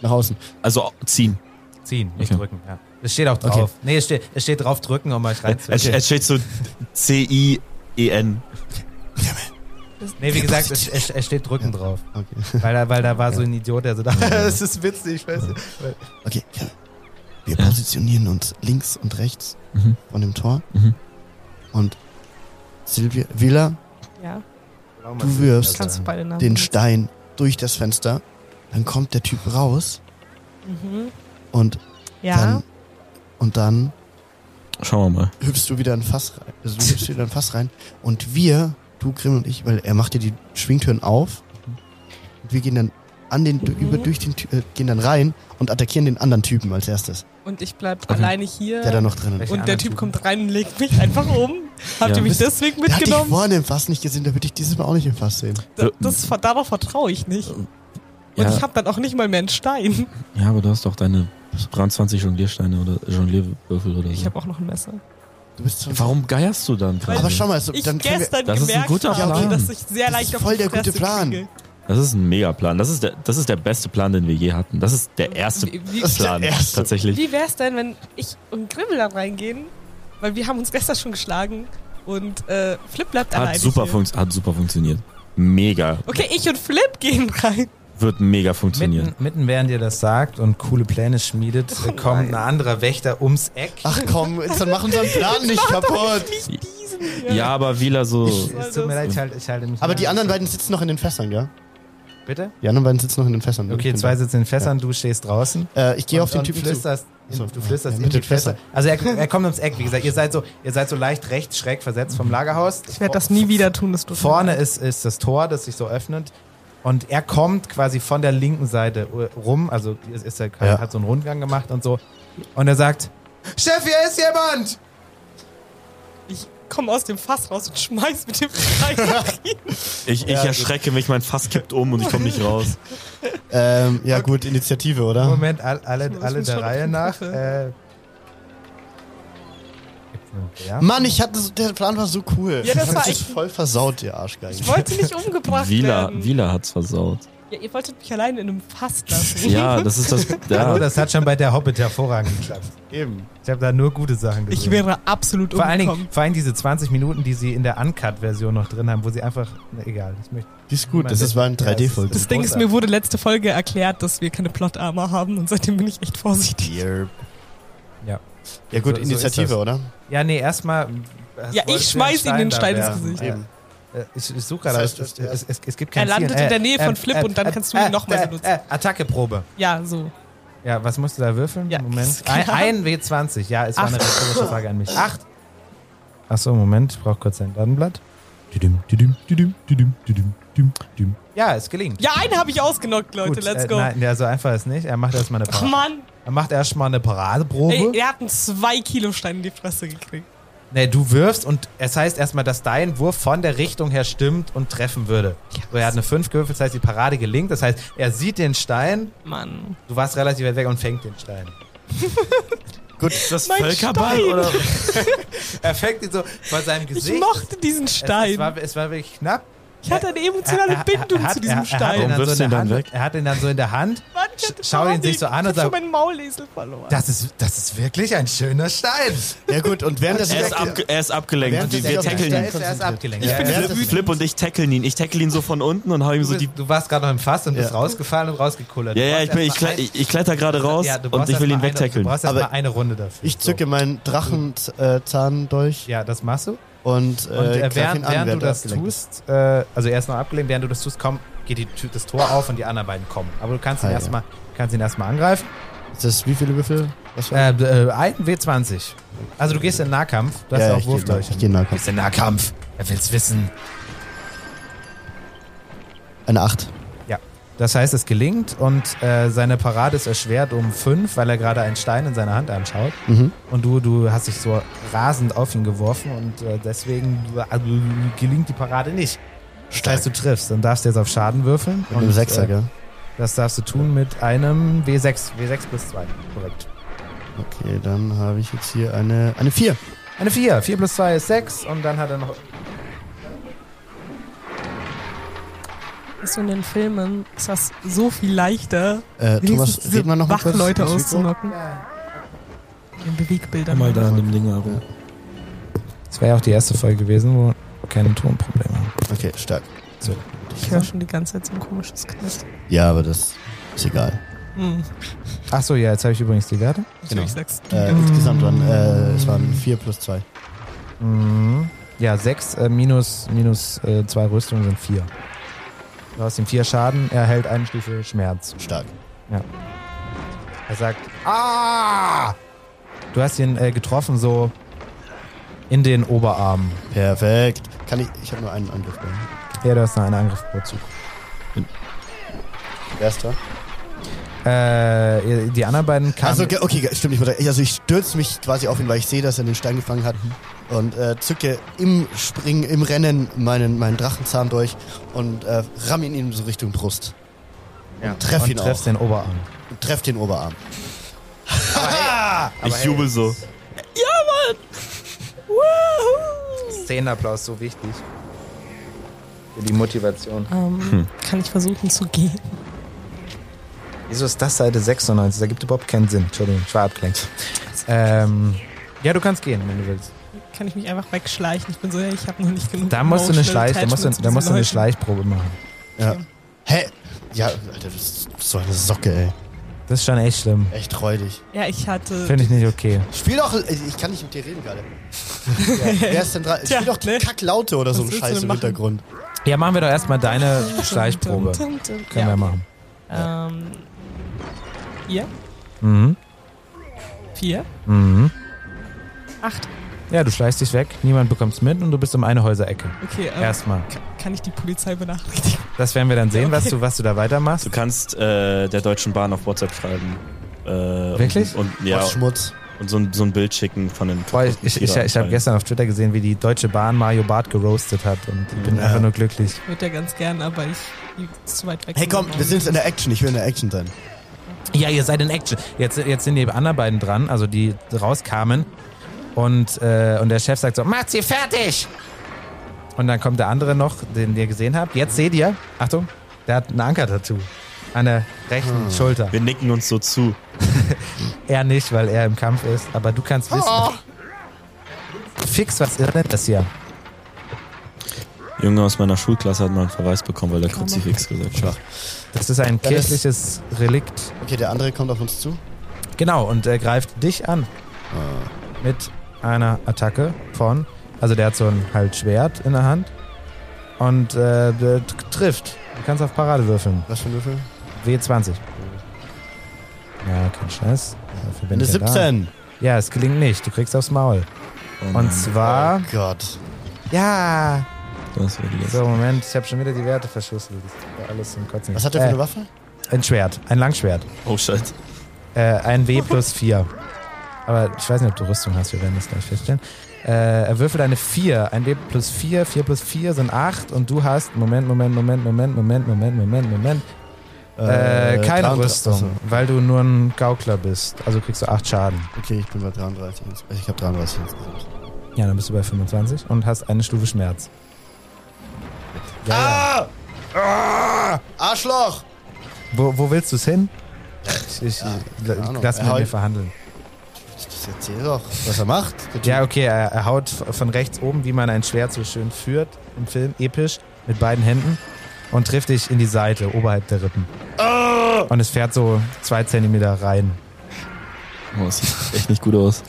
Speaker 5: Nach außen.
Speaker 4: Also ziehen.
Speaker 3: Ziehen, nicht
Speaker 4: Okay.
Speaker 3: drücken. Ja. Es steht auch drauf. Nee, es steht, es steht drauf drücken, um euch
Speaker 4: Es,
Speaker 3: reinzuziehen.
Speaker 4: es steht so E C-I-E-N.
Speaker 3: Nee, wie gesagt, es, es, es steht drücken drauf.
Speaker 5: Okay.
Speaker 3: Weil da, weil da war so ein Idiot, der so dachte, es ist witzig, ich weiß nicht.
Speaker 5: Okay, ja. wir
Speaker 4: Ja.
Speaker 5: positionieren uns links und rechts
Speaker 4: Mhm.
Speaker 5: von dem Tor.
Speaker 4: Mhm.
Speaker 5: Und Silvia, Villa,
Speaker 6: Ja.
Speaker 5: Du wirfst
Speaker 6: Kannst du beide Namen.
Speaker 5: den Stein durch das Fenster, dann kommt der Typ raus
Speaker 6: Mhm.
Speaker 5: und,
Speaker 6: ja.
Speaker 5: dann, und dann
Speaker 4: Schauen wir mal.
Speaker 5: hüpfst du wieder in ein Fass rein. Also du hüpfst wieder in ein Fass rein und wir, du, Grimm und ich, weil er macht dir die Schwingtüren auf und wir gehen dann an den,
Speaker 6: Mhm.
Speaker 5: über, durch den, Ty- äh, gehen dann rein und attackieren den anderen Typen als erstes,
Speaker 6: Und ich bleib alleine hier.
Speaker 5: der da noch drinnen ist.
Speaker 6: und der Typ kommt rein und legt mich einfach um. Habt
Speaker 4: Ja.
Speaker 6: ihr mich
Speaker 5: Bist-
Speaker 6: deswegen
Speaker 5: Der hat dich
Speaker 6: mitgenommen?
Speaker 5: vorne im Fass nicht gesehen, da würde ich dieses Mal auch nicht im Fass sehen.
Speaker 6: Das, das, ver- darauf vertraue ich nicht. Und
Speaker 4: Ja,
Speaker 6: ich habe dann auch nicht mal mehr einen Stein.
Speaker 4: ja, aber du hast doch deine 23 Jongliersteine oder Jonglierwürfel oder
Speaker 6: Ich
Speaker 4: so.
Speaker 6: habe auch noch ein Messer.
Speaker 5: Du bist so
Speaker 4: Warum geierst du dann gerade?
Speaker 5: Aber schau mal, so,
Speaker 6: Ich
Speaker 5: dann können wir,
Speaker 6: gestern
Speaker 4: Das ist ein
Speaker 6: gemerkt
Speaker 4: guter
Speaker 6: habe,
Speaker 4: Plan.
Speaker 6: dass ich sehr
Speaker 5: Das
Speaker 6: leicht
Speaker 5: ist
Speaker 6: auf
Speaker 5: voll
Speaker 6: die
Speaker 5: der gute
Speaker 6: Fresse
Speaker 5: Plan.
Speaker 6: kriege.
Speaker 4: Das ist ein Megaplan. Das ist der, das ist der beste Plan, den wir je hatten. Das ist der erste
Speaker 6: Wie- wie-
Speaker 5: Das ist der
Speaker 4: Plan
Speaker 5: erste.
Speaker 4: tatsächlich.
Speaker 6: Wie wär's denn, wenn ich und Grimmel da reingehen? Weil wir haben uns gestern schon geschlagen und äh, Flip bleibt alleine
Speaker 4: Hat super,
Speaker 6: hier.
Speaker 4: funkt- hat super funktioniert. Mega.
Speaker 6: Okay, ich und Flip gehen rein.
Speaker 4: Wird mega funktionieren.
Speaker 3: Mitten, mitten während ihr das sagt und coole Pläne schmiedet, äh, kommt ein anderer Wächter ums Eck.
Speaker 5: Oh Ach komm, jetzt dann mach unseren Plan nicht kaputt.
Speaker 6: Nicht diesen hier.
Speaker 4: Ja, aber Wieler so.
Speaker 3: es tut mir leid, ich halte, ich halte mich.
Speaker 5: Aber die anderen beiden sitzen noch in den Fässern, ja?
Speaker 3: Bitte?
Speaker 5: Die anderen beiden sitzen noch in den Fässern.
Speaker 3: Okay, zwei sitzen in Fässern, du stehst draußen.
Speaker 5: Äh, ich gehe auf
Speaker 3: Und-
Speaker 5: den
Speaker 3: und
Speaker 5: Typen zu.
Speaker 3: flüsterst,
Speaker 5: Achso.
Speaker 3: Du flüsterst
Speaker 5: Ja,
Speaker 3: ihm
Speaker 5: mit
Speaker 3: in die
Speaker 5: den Fässern.
Speaker 3: Fässer. Also er, er kommt ums Eck, wie gesagt. Ihr seid so, ihr seid so leicht rechts schräg versetzt vom Lagerhaus.
Speaker 2: Ich werde das nie wieder tun, das du
Speaker 3: Vorne ist, ist das Tor, das sich so öffnet. Und er kommt quasi von der linken Seite äh, rum. Also es ist er
Speaker 5: Ja.
Speaker 3: hat so einen Rundgang gemacht und so. Und er sagt, Chef, hier ist jemand!
Speaker 6: Ich komme aus dem Fass raus und schmeiß mit dem Stein nach ihm.
Speaker 4: Ich, ich erschrecke mich, mein Fass kippt um und ich komme nicht raus.
Speaker 5: Ähm, ja gut, Initiative, oder?
Speaker 3: Moment, all, alle,
Speaker 6: muss
Speaker 3: alle
Speaker 6: mich
Speaker 3: der
Speaker 6: schon
Speaker 3: Reihe
Speaker 6: auf die
Speaker 3: nach. Äh,
Speaker 6: Brücke.
Speaker 3: gibt's eine Bär?
Speaker 5: Mann, ich hatte so, der Plan war so cool.
Speaker 6: Ja, das
Speaker 5: Ihr habt
Speaker 6: war
Speaker 5: es
Speaker 6: echt-
Speaker 5: voll versaut, ihr Arschgeigen.
Speaker 6: Ich wollte nicht umgebracht
Speaker 4: Wieler,
Speaker 6: werden.
Speaker 4: Wieler hat's versaut.
Speaker 6: Ja, ihr wolltet mich alleine in einem Fass lassen.
Speaker 4: Ja, das ist das.
Speaker 3: Hallo,
Speaker 4: Ja.
Speaker 3: das hat schon bei der Hobbit hervorragend geklappt.
Speaker 5: Eben.
Speaker 3: Ich habe da nur gute Sachen gesehen.
Speaker 6: Ich wäre absolut
Speaker 3: vor allen,
Speaker 6: umgekommen.
Speaker 3: Dingen, vor allen Dingen diese 20 Minuten, die sie in der Uncut-Version noch drin haben, wo sie einfach. Ne, egal, ich möchte.
Speaker 5: Die ist gut, das ist war ein
Speaker 3: Ja, das ist-
Speaker 5: 3D-Folge.
Speaker 6: das Ding ist, mir wurde letzte Folge erklärt, dass wir keine Plot-Armor haben und seitdem bin ich echt vorsichtig.
Speaker 5: Yep.
Speaker 3: Ja.
Speaker 5: Ja
Speaker 3: So-
Speaker 5: gut,
Speaker 3: so ist
Speaker 5: Initiative,
Speaker 3: das.
Speaker 5: oder?
Speaker 3: Ja, nee, erstmal.
Speaker 6: Ja, ich schmeiß ihm den Stein ins Gesicht.
Speaker 5: Eben.
Speaker 3: Äh, Ich, ich suche
Speaker 5: Das
Speaker 3: gerade,
Speaker 5: heißt,
Speaker 3: es,
Speaker 5: das-
Speaker 3: es, es, es gibt
Speaker 6: Er
Speaker 3: keinen Äh,
Speaker 6: landet in der Nähe von Flip und dann kannst du ihn noch mal benutzen.
Speaker 3: Attackeprobe.
Speaker 6: Ja, so.
Speaker 3: Ja, was musst du da würfeln?
Speaker 6: Ja,
Speaker 3: Moment.
Speaker 6: ist
Speaker 3: Ein,
Speaker 6: klar.
Speaker 3: ein W20. Ja, es war eine
Speaker 6: Acht.
Speaker 3: rhetorische Frage an mich. Acht. Achso, Moment, ich brauche kurz ein Datenblatt. Düdüm, düdüm, düdüm, düdüm, düdüm, düdüm, düdüm. Ja, es gelingt.
Speaker 6: Ja, einen habe ich ausgenockt, Leute.
Speaker 3: Gut,
Speaker 6: Let's
Speaker 3: äh,
Speaker 6: go.
Speaker 3: Nein, ja, so einfach ist nicht. Er macht erstmal eine,
Speaker 6: Ach
Speaker 3: Parade.
Speaker 6: Mann,
Speaker 3: er macht erstmal eine Paradeprobe.
Speaker 6: ey, er hat einen 2 Kilo Stein in die Fresse gekriegt.
Speaker 3: Nee, du wirfst und es heißt erstmal, dass dein Wurf von der Richtung her stimmt und treffen würde. So, er hat eine 5 gewürfelt, das heißt, die Parade gelingt. Das heißt, er sieht den Stein,
Speaker 6: Mann.
Speaker 3: du warst relativ weit weg und fängt den Stein.
Speaker 5: Gut, das
Speaker 6: Mein Stein.
Speaker 3: Er fängt ihn so von seinem
Speaker 6: Ich
Speaker 3: Gesicht.
Speaker 6: mochte diesen
Speaker 3: Es, es,
Speaker 6: Stein.
Speaker 3: war, es war wirklich knapp.
Speaker 6: ich hatte eine
Speaker 3: Er-
Speaker 6: emotionale
Speaker 3: er-
Speaker 6: Bindung
Speaker 3: er hat-
Speaker 6: zu diesem
Speaker 3: er- er hat
Speaker 6: Stein.
Speaker 3: ihn
Speaker 4: Warum
Speaker 3: dann so
Speaker 4: wirfst
Speaker 3: in
Speaker 4: du
Speaker 3: der
Speaker 4: ihn dann
Speaker 3: Hand- Er hat ihn dann so in der Hand.
Speaker 6: Mann, ich hatte
Speaker 3: schau ihn sich so an und
Speaker 6: Ich hab
Speaker 3: sag-
Speaker 6: meinen Maulesel verloren.
Speaker 3: Das ist, das ist wirklich ein schöner Stein.
Speaker 5: Ja gut, und während das
Speaker 4: Er ist, abge er ist abgelenkt.
Speaker 5: Während
Speaker 4: und wir-
Speaker 5: des-
Speaker 4: wir
Speaker 5: während
Speaker 4: tackeln
Speaker 5: des-
Speaker 3: Er
Speaker 4: ihn.
Speaker 3: ist erst abgelenkt.
Speaker 5: Ich
Speaker 3: Ja,
Speaker 5: bin
Speaker 3: ja,
Speaker 5: sehr-
Speaker 4: Flip, Flip und ich tackeln ihn. Ich tackle ihn so von unten und hau ihm
Speaker 3: du,
Speaker 4: so die.
Speaker 3: bist, du warst gerade noch im Fass und bist
Speaker 5: Ja.
Speaker 3: rausgefallen und rausgekullert.
Speaker 4: Ja,
Speaker 3: Du
Speaker 4: ja,
Speaker 3: brauchst
Speaker 4: ich, bin, ich,
Speaker 3: erst mal
Speaker 4: kle ich kletter gerade raus
Speaker 3: Ja, du brauchst
Speaker 4: und ich
Speaker 3: erst
Speaker 4: will ihn
Speaker 3: mal eine- Du
Speaker 4: wegtackeln.
Speaker 3: brauchst erstmal
Speaker 5: Aber
Speaker 3: eine Runde dafür.
Speaker 5: ich
Speaker 3: So.
Speaker 5: zücke meinen Drachenzahndolch
Speaker 3: Ja, das machst du.
Speaker 5: und,
Speaker 3: Und
Speaker 5: äh,
Speaker 3: äh,
Speaker 5: greif
Speaker 3: während,
Speaker 5: ihn an,
Speaker 3: während du
Speaker 5: er
Speaker 3: das
Speaker 5: abgelenkt ist.
Speaker 3: tust, äh, also erst noch abgelehnt, während du das tust, komm, geht die Tür, das Tor auf und die anderen beiden kommen. Aber du kannst ihn
Speaker 5: Ah, ja.
Speaker 3: erstmal kannst ihn erstmal angreifen.
Speaker 5: Ist das wie viele Würfel? Was war
Speaker 3: Äh, äh, ein W20. Also du gehst in den Nahkampf, du hast
Speaker 5: ja,
Speaker 3: ja, auch
Speaker 5: ich geh-
Speaker 3: Wurfdolch.
Speaker 5: Ich gehe Nahkampf.
Speaker 3: in den Nahkampf. Er will's wissen.
Speaker 5: Eine 8.
Speaker 3: Das heißt, es gelingt und äh, seine Parade ist erschwert um fünf, weil er gerade einen Stein in seiner Hand anschaut.
Speaker 5: Mhm.
Speaker 3: Und du, du hast dich so rasend auf ihn geworfen und äh, deswegen äh, gelingt die Parade nicht. Das heißt, du triffst. Dann darfst du jetzt auf Schaden würfeln.
Speaker 5: Mit einem
Speaker 3: Und,
Speaker 5: Sechser,
Speaker 3: äh,
Speaker 5: gell?
Speaker 3: Das darfst du tun mit einem W6. W6 plus 2. Korrekt.
Speaker 5: Okay, dann habe ich jetzt hier eine, eine 4.
Speaker 3: Eine 4. 4 plus 2 ist 6. Und dann hat er noch.
Speaker 6: ist in den Filmen ist das so viel leichter,
Speaker 5: Äh,
Speaker 6: wenigstens
Speaker 5: Thomas, red mal noch mal kurz.
Speaker 6: Wachleute
Speaker 5: ins Mikro.
Speaker 6: auszunocken. In Bewegbilder.
Speaker 4: mal da an dem Ding herum.
Speaker 3: Das wäre ja auch die erste Folge gewesen, wo wir keine Tonprobleme haben.
Speaker 5: Okay, stark.
Speaker 6: Ich höre schon die ganze Zeit so ein komisches Knistern.
Speaker 5: Ja, aber das ist egal.
Speaker 6: Hm.
Speaker 3: Achso, ja, jetzt habe ich übrigens die Werte.
Speaker 6: Natürlich sagst du
Speaker 5: Äh, insgesamt waren äh, es waren 4 plus 2.
Speaker 3: Mhm. Ja, sechs äh, minus, minus äh, zwei Rüstungen sind vier. Du hast ihm vier Schaden, er hält einen Stiefel Schmerz.
Speaker 5: Stark.
Speaker 3: Er sagt, ah! Du hast ihn äh, getroffen, so in den Oberarm.
Speaker 5: Perfekt. Kann ich. Ich habe nur einen Angriff. Ne?
Speaker 3: Ja, du hast noch einen Angriff pro Zug.
Speaker 5: Erster.
Speaker 3: Äh, die anderen beiden kamen...
Speaker 5: Also, ge- okay, ge- stimmt. Ich, muss- also ich stürze mich quasi auf ihn, weil ich sehe, dass er den Stein gefangen hat. Und äh, zücke im Springen, im Rennen meinen, meinen Drachenzahn durch und äh, ramme ihn in so Richtung Brust.
Speaker 3: ja,
Speaker 5: treff
Speaker 3: und
Speaker 5: ihn auch.
Speaker 3: treffst den Oberarm.
Speaker 5: Und treff den Oberarm.
Speaker 4: ich jubel so.
Speaker 3: Szenenapplaus, so wichtig. Für die Motivation.
Speaker 6: Ähm, Kann ich versuchen zu gehen?
Speaker 3: Wieso ist das Seite 96? Da gibt überhaupt keinen Sinn. Entschuldigung, ich war abgelenkt. Ähm, ja, du kannst gehen, wenn du willst.
Speaker 6: Kann ich mich einfach wegschleichen? Ich bin so, hey, ich habe noch nicht genug.
Speaker 3: Da musst du eine
Speaker 6: emotional
Speaker 3: Schleich, da musst du,
Speaker 6: attachment zu
Speaker 3: da musst du eine
Speaker 6: diesen Leuten.
Speaker 3: Schleichprobe machen.
Speaker 5: Ja. Hä? Ja, Alter, das ist so eine Socke, ey.
Speaker 3: Das ist schon echt schlimm.
Speaker 5: Echt räudig.
Speaker 6: Ja, ich hatte.
Speaker 3: Finde ich nicht okay.
Speaker 5: Spiel doch. Ich kann nicht mit dir reden gerade. ja, wer ist denn dran?
Speaker 6: Tja,
Speaker 5: Spiel doch die
Speaker 6: ne?
Speaker 5: Kacklaute oder so einen
Speaker 6: Was willst du
Speaker 5: Scheiß
Speaker 6: denn
Speaker 5: im
Speaker 6: machen?
Speaker 5: Hintergrund.
Speaker 3: Ja, machen wir doch erstmal deine Schleichprobe. Können
Speaker 6: Tum, tum, tum.
Speaker 3: wir
Speaker 6: Ja,
Speaker 3: machen.
Speaker 6: Ähm, vier,
Speaker 3: Mhm.
Speaker 6: vier,
Speaker 3: Mhm.
Speaker 6: acht.
Speaker 3: Ja, du schleichst dich weg, niemand bekommt's mit und du bist um eine Häuserecke.
Speaker 6: Okay, ähm,
Speaker 3: Erstmal.
Speaker 6: k- kann ich die Polizei benachrichtigen?
Speaker 3: Das werden wir dann sehen, was,
Speaker 6: Okay.
Speaker 3: du, was du da
Speaker 4: Du
Speaker 3: weitermachst.
Speaker 4: kannst äh, der Deutschen Bahn auf WhatsApp schreiben. Äh,
Speaker 3: Wirklich?
Speaker 4: Und, und, ja,
Speaker 5: Aus Schmutz.
Speaker 4: und so, ein- so ein Bild schicken von den
Speaker 3: Boah, ich ich, ich, ich habe gestern auf Twitter gesehen, wie die Deutsche Bahn Mario Barth geroastet hat und ich bin
Speaker 5: Ja.
Speaker 3: einfach nur glücklich.
Speaker 6: Ich würde ja ganz gern, aber ich ich- ist zu weit weg.
Speaker 5: Hey komm, wir sind jetzt in der Action. Ich will in der Action sein.
Speaker 3: Ja, ihr seid in Action. Jetzt, jetzt sind die anderen beiden dran, also die rauskamen. Und, äh, und der Chef sagt so, macht sie fertig! Und dann kommt der andere noch, den ihr gesehen habt. Jetzt seht ihr, Achtung, der hat einen Anker-Tattoo an der rechten Schulter.
Speaker 4: Wir nicken uns so zu.
Speaker 3: Er nicht, weil er im Kampf ist, aber du kannst wissen. Fix, was ist denn das hier?
Speaker 4: Ein Junge aus meiner Schulklasse hat mal einen Verweis bekommen, weil der Kruzifix gesagt hat.
Speaker 3: Das ist ein
Speaker 5: Dann ist-
Speaker 3: kirchliches Relikt.
Speaker 5: Okay, der andere kommt auf uns zu.
Speaker 3: Genau, und er greift dich an.
Speaker 5: Ah.
Speaker 3: Mit einer Attacke von. Also der hat so ein halt Schwert in der Hand. Und äh, der t- trifft. Du kannst auf Parade würfeln.
Speaker 5: Was für ein Würfel?
Speaker 3: W20. Ja, kein Scheiß. Dafür bin
Speaker 5: Eine
Speaker 3: ich ja da.
Speaker 5: 17.
Speaker 3: Ja, es gelingt nicht. Du kriegst aufs Maul. Und zwar.
Speaker 5: Oh Gott.
Speaker 3: Ja.
Speaker 4: Das wäre die letzte.
Speaker 3: So, Moment, ich habe schon wieder die Werte verschlüsselt. Das ist ja alles im Kotzen.
Speaker 5: Was hat der für
Speaker 3: äh,
Speaker 5: eine Waffe?
Speaker 3: Ein Schwert. Ein Langschwert.
Speaker 4: Oh, shit.
Speaker 3: Äh, ein W plus 4. Aber ich weiß nicht, ob du Rüstung hast, wir werden das gleich feststellen. Äh, er würfelt eine 4. Ein W plus 4, 4 plus 4 sind 8 und du hast, Moment, Moment, Moment, Moment, Moment, Moment, Moment, Moment, äh, keine
Speaker 5: 33.
Speaker 3: Rüstung,
Speaker 5: Achso,
Speaker 3: weil du nur ein Gaukler bist. Also kriegst du 8 Schaden.
Speaker 5: Okay, ich bin bei 33. ins- also Ich habe 33 insgesamt.
Speaker 3: Ja, dann bist du bei 25 und hast eine Stufe Schmerz.
Speaker 5: Ah! ah! Arschloch!
Speaker 3: Wo, wo willst du es hin? Ich, ich,
Speaker 5: keine Ahnung.
Speaker 3: lass
Speaker 5: Er
Speaker 3: mit
Speaker 5: haut-
Speaker 3: mir verhandeln.
Speaker 5: Das erzähl doch, was er macht. Der Typ.
Speaker 3: Ja, okay, er, er haut f- von rechts oben, wie man ein Schwert so schön führt im Film, episch, mit beiden Händen und trifft dich in die Seite, oberhalb der Rippen.
Speaker 5: Ah!
Speaker 3: Und es fährt so zwei Zentimeter rein.
Speaker 4: Oh, das sieht echt nicht gut aus.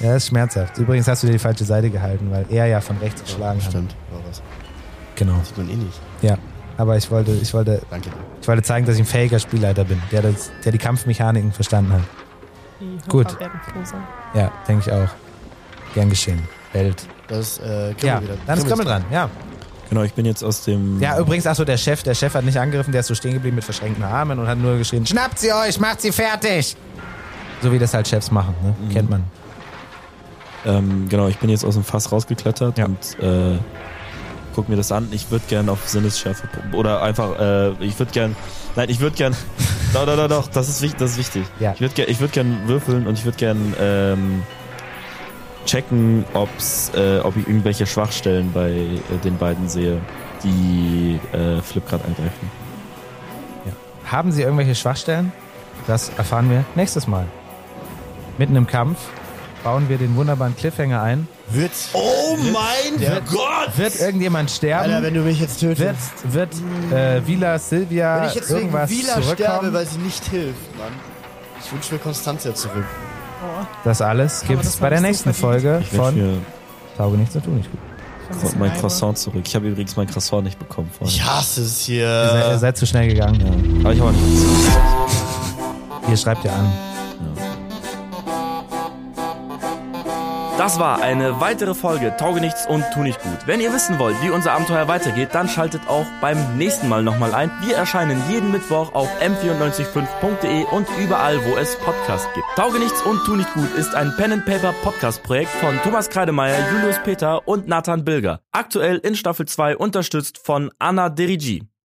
Speaker 3: Ja, ist schmerzhaft. Übrigens hast du dir die falsche Seite gehalten, weil er ja von rechts geschlagen hat.
Speaker 5: Stimmt. War was.
Speaker 3: Genau.
Speaker 5: Sieht man eh nicht.
Speaker 3: Aber ich wollte, ich wollte,
Speaker 5: Danke.
Speaker 3: ich wollte zeigen, dass ich ein fähiger Spielleiter bin, der, das, der die Kampfmechaniken verstanden hat.
Speaker 6: Die Hörer
Speaker 3: Gut.
Speaker 6: werden froh sein.
Speaker 3: Ja, denke ich auch. Gern geschehen. Welt.
Speaker 5: Das ist äh, Krimmel
Speaker 3: Ja,
Speaker 5: wieder.
Speaker 3: dann ist Krümel
Speaker 5: Krimmel
Speaker 3: dran. Ja.
Speaker 4: Genau, ich bin jetzt aus dem.
Speaker 3: Ja, übrigens, achso, der Chef, der Chef hat nicht angegriffen, der ist so stehen geblieben mit verschränkten Armen und hat nur geschrien, schnappt sie euch, macht sie fertig! So wie das halt Chefs machen, ne?
Speaker 5: Mhm.
Speaker 3: Kennt man.
Speaker 4: ähm, genau, ich bin jetzt aus dem Fass rausgeklettert
Speaker 3: Ja.
Speaker 4: und äh, guck mir das an. Ich würde gerne auf Sinnesschärfe proben. oder einfach, äh, ich würde gern. Nein, ich würde gern. doch, doch, doch, doch, das ist wichtig. Das ist wichtig.
Speaker 3: Ja.
Speaker 4: Ich würde gern, ich würd gern würfeln und ich würde gern ähm, checken, ob's, äh, ob ich irgendwelche Schwachstellen bei äh, den beiden sehe, die äh, Flip gerade angreifen.
Speaker 3: Haben sie irgendwelche Schwachstellen? Das erfahren wir nächstes Mal. Mitten im Kampf bauen wir den wunderbaren Cliffhanger ein.
Speaker 5: Wird. Oh mein Gott!
Speaker 3: Wird irgendjemand sterben?
Speaker 5: Alter, wenn du mich jetzt
Speaker 3: wird
Speaker 5: tötest.
Speaker 3: wird äh, Vila, Silvia
Speaker 5: wenn ich jetzt wegen
Speaker 3: irgendwas
Speaker 5: Vila sterbe,
Speaker 3: zurückkommen?
Speaker 5: weil sie nicht hilft, Mann. Ich wünsche mir Konstanzia zurück.
Speaker 3: das alles
Speaker 6: Aber
Speaker 3: gibt's
Speaker 6: das
Speaker 3: bei der
Speaker 6: haben sie
Speaker 3: nächsten
Speaker 6: verdient.
Speaker 3: Folge
Speaker 4: Ich wünsch
Speaker 3: von
Speaker 4: mir
Speaker 3: Taube nichts zu tun. Ich gut.
Speaker 9: Cro- mein Croissant zurück. Ich habe übrigens mein Croissant nicht bekommen vorhin.
Speaker 5: Ich hasse es
Speaker 3: Ihr seid, ihr
Speaker 5: hier.
Speaker 3: seid zu schnell gegangen.
Speaker 9: Aber ich habe nicht.
Speaker 3: Ihr schreibt ja an.
Speaker 4: Das war eine weitere Folge Taugenichts und Tu nicht gut. Wenn ihr wissen wollt, wie unser Abenteuer weitergeht, dann schaltet auch beim nächsten Mal nochmal ein. Wir erscheinen jeden Mittwoch auf m945.de und überall, wo es Podcasts gibt. Taugenichts und Tu nicht gut ist ein Pen and Paper Podcast Projekt von Thomas Kreidemeier, Julius Peter und Nathan Bilger. Aktuell in Staffel 2 unterstützt von Anna Derigi.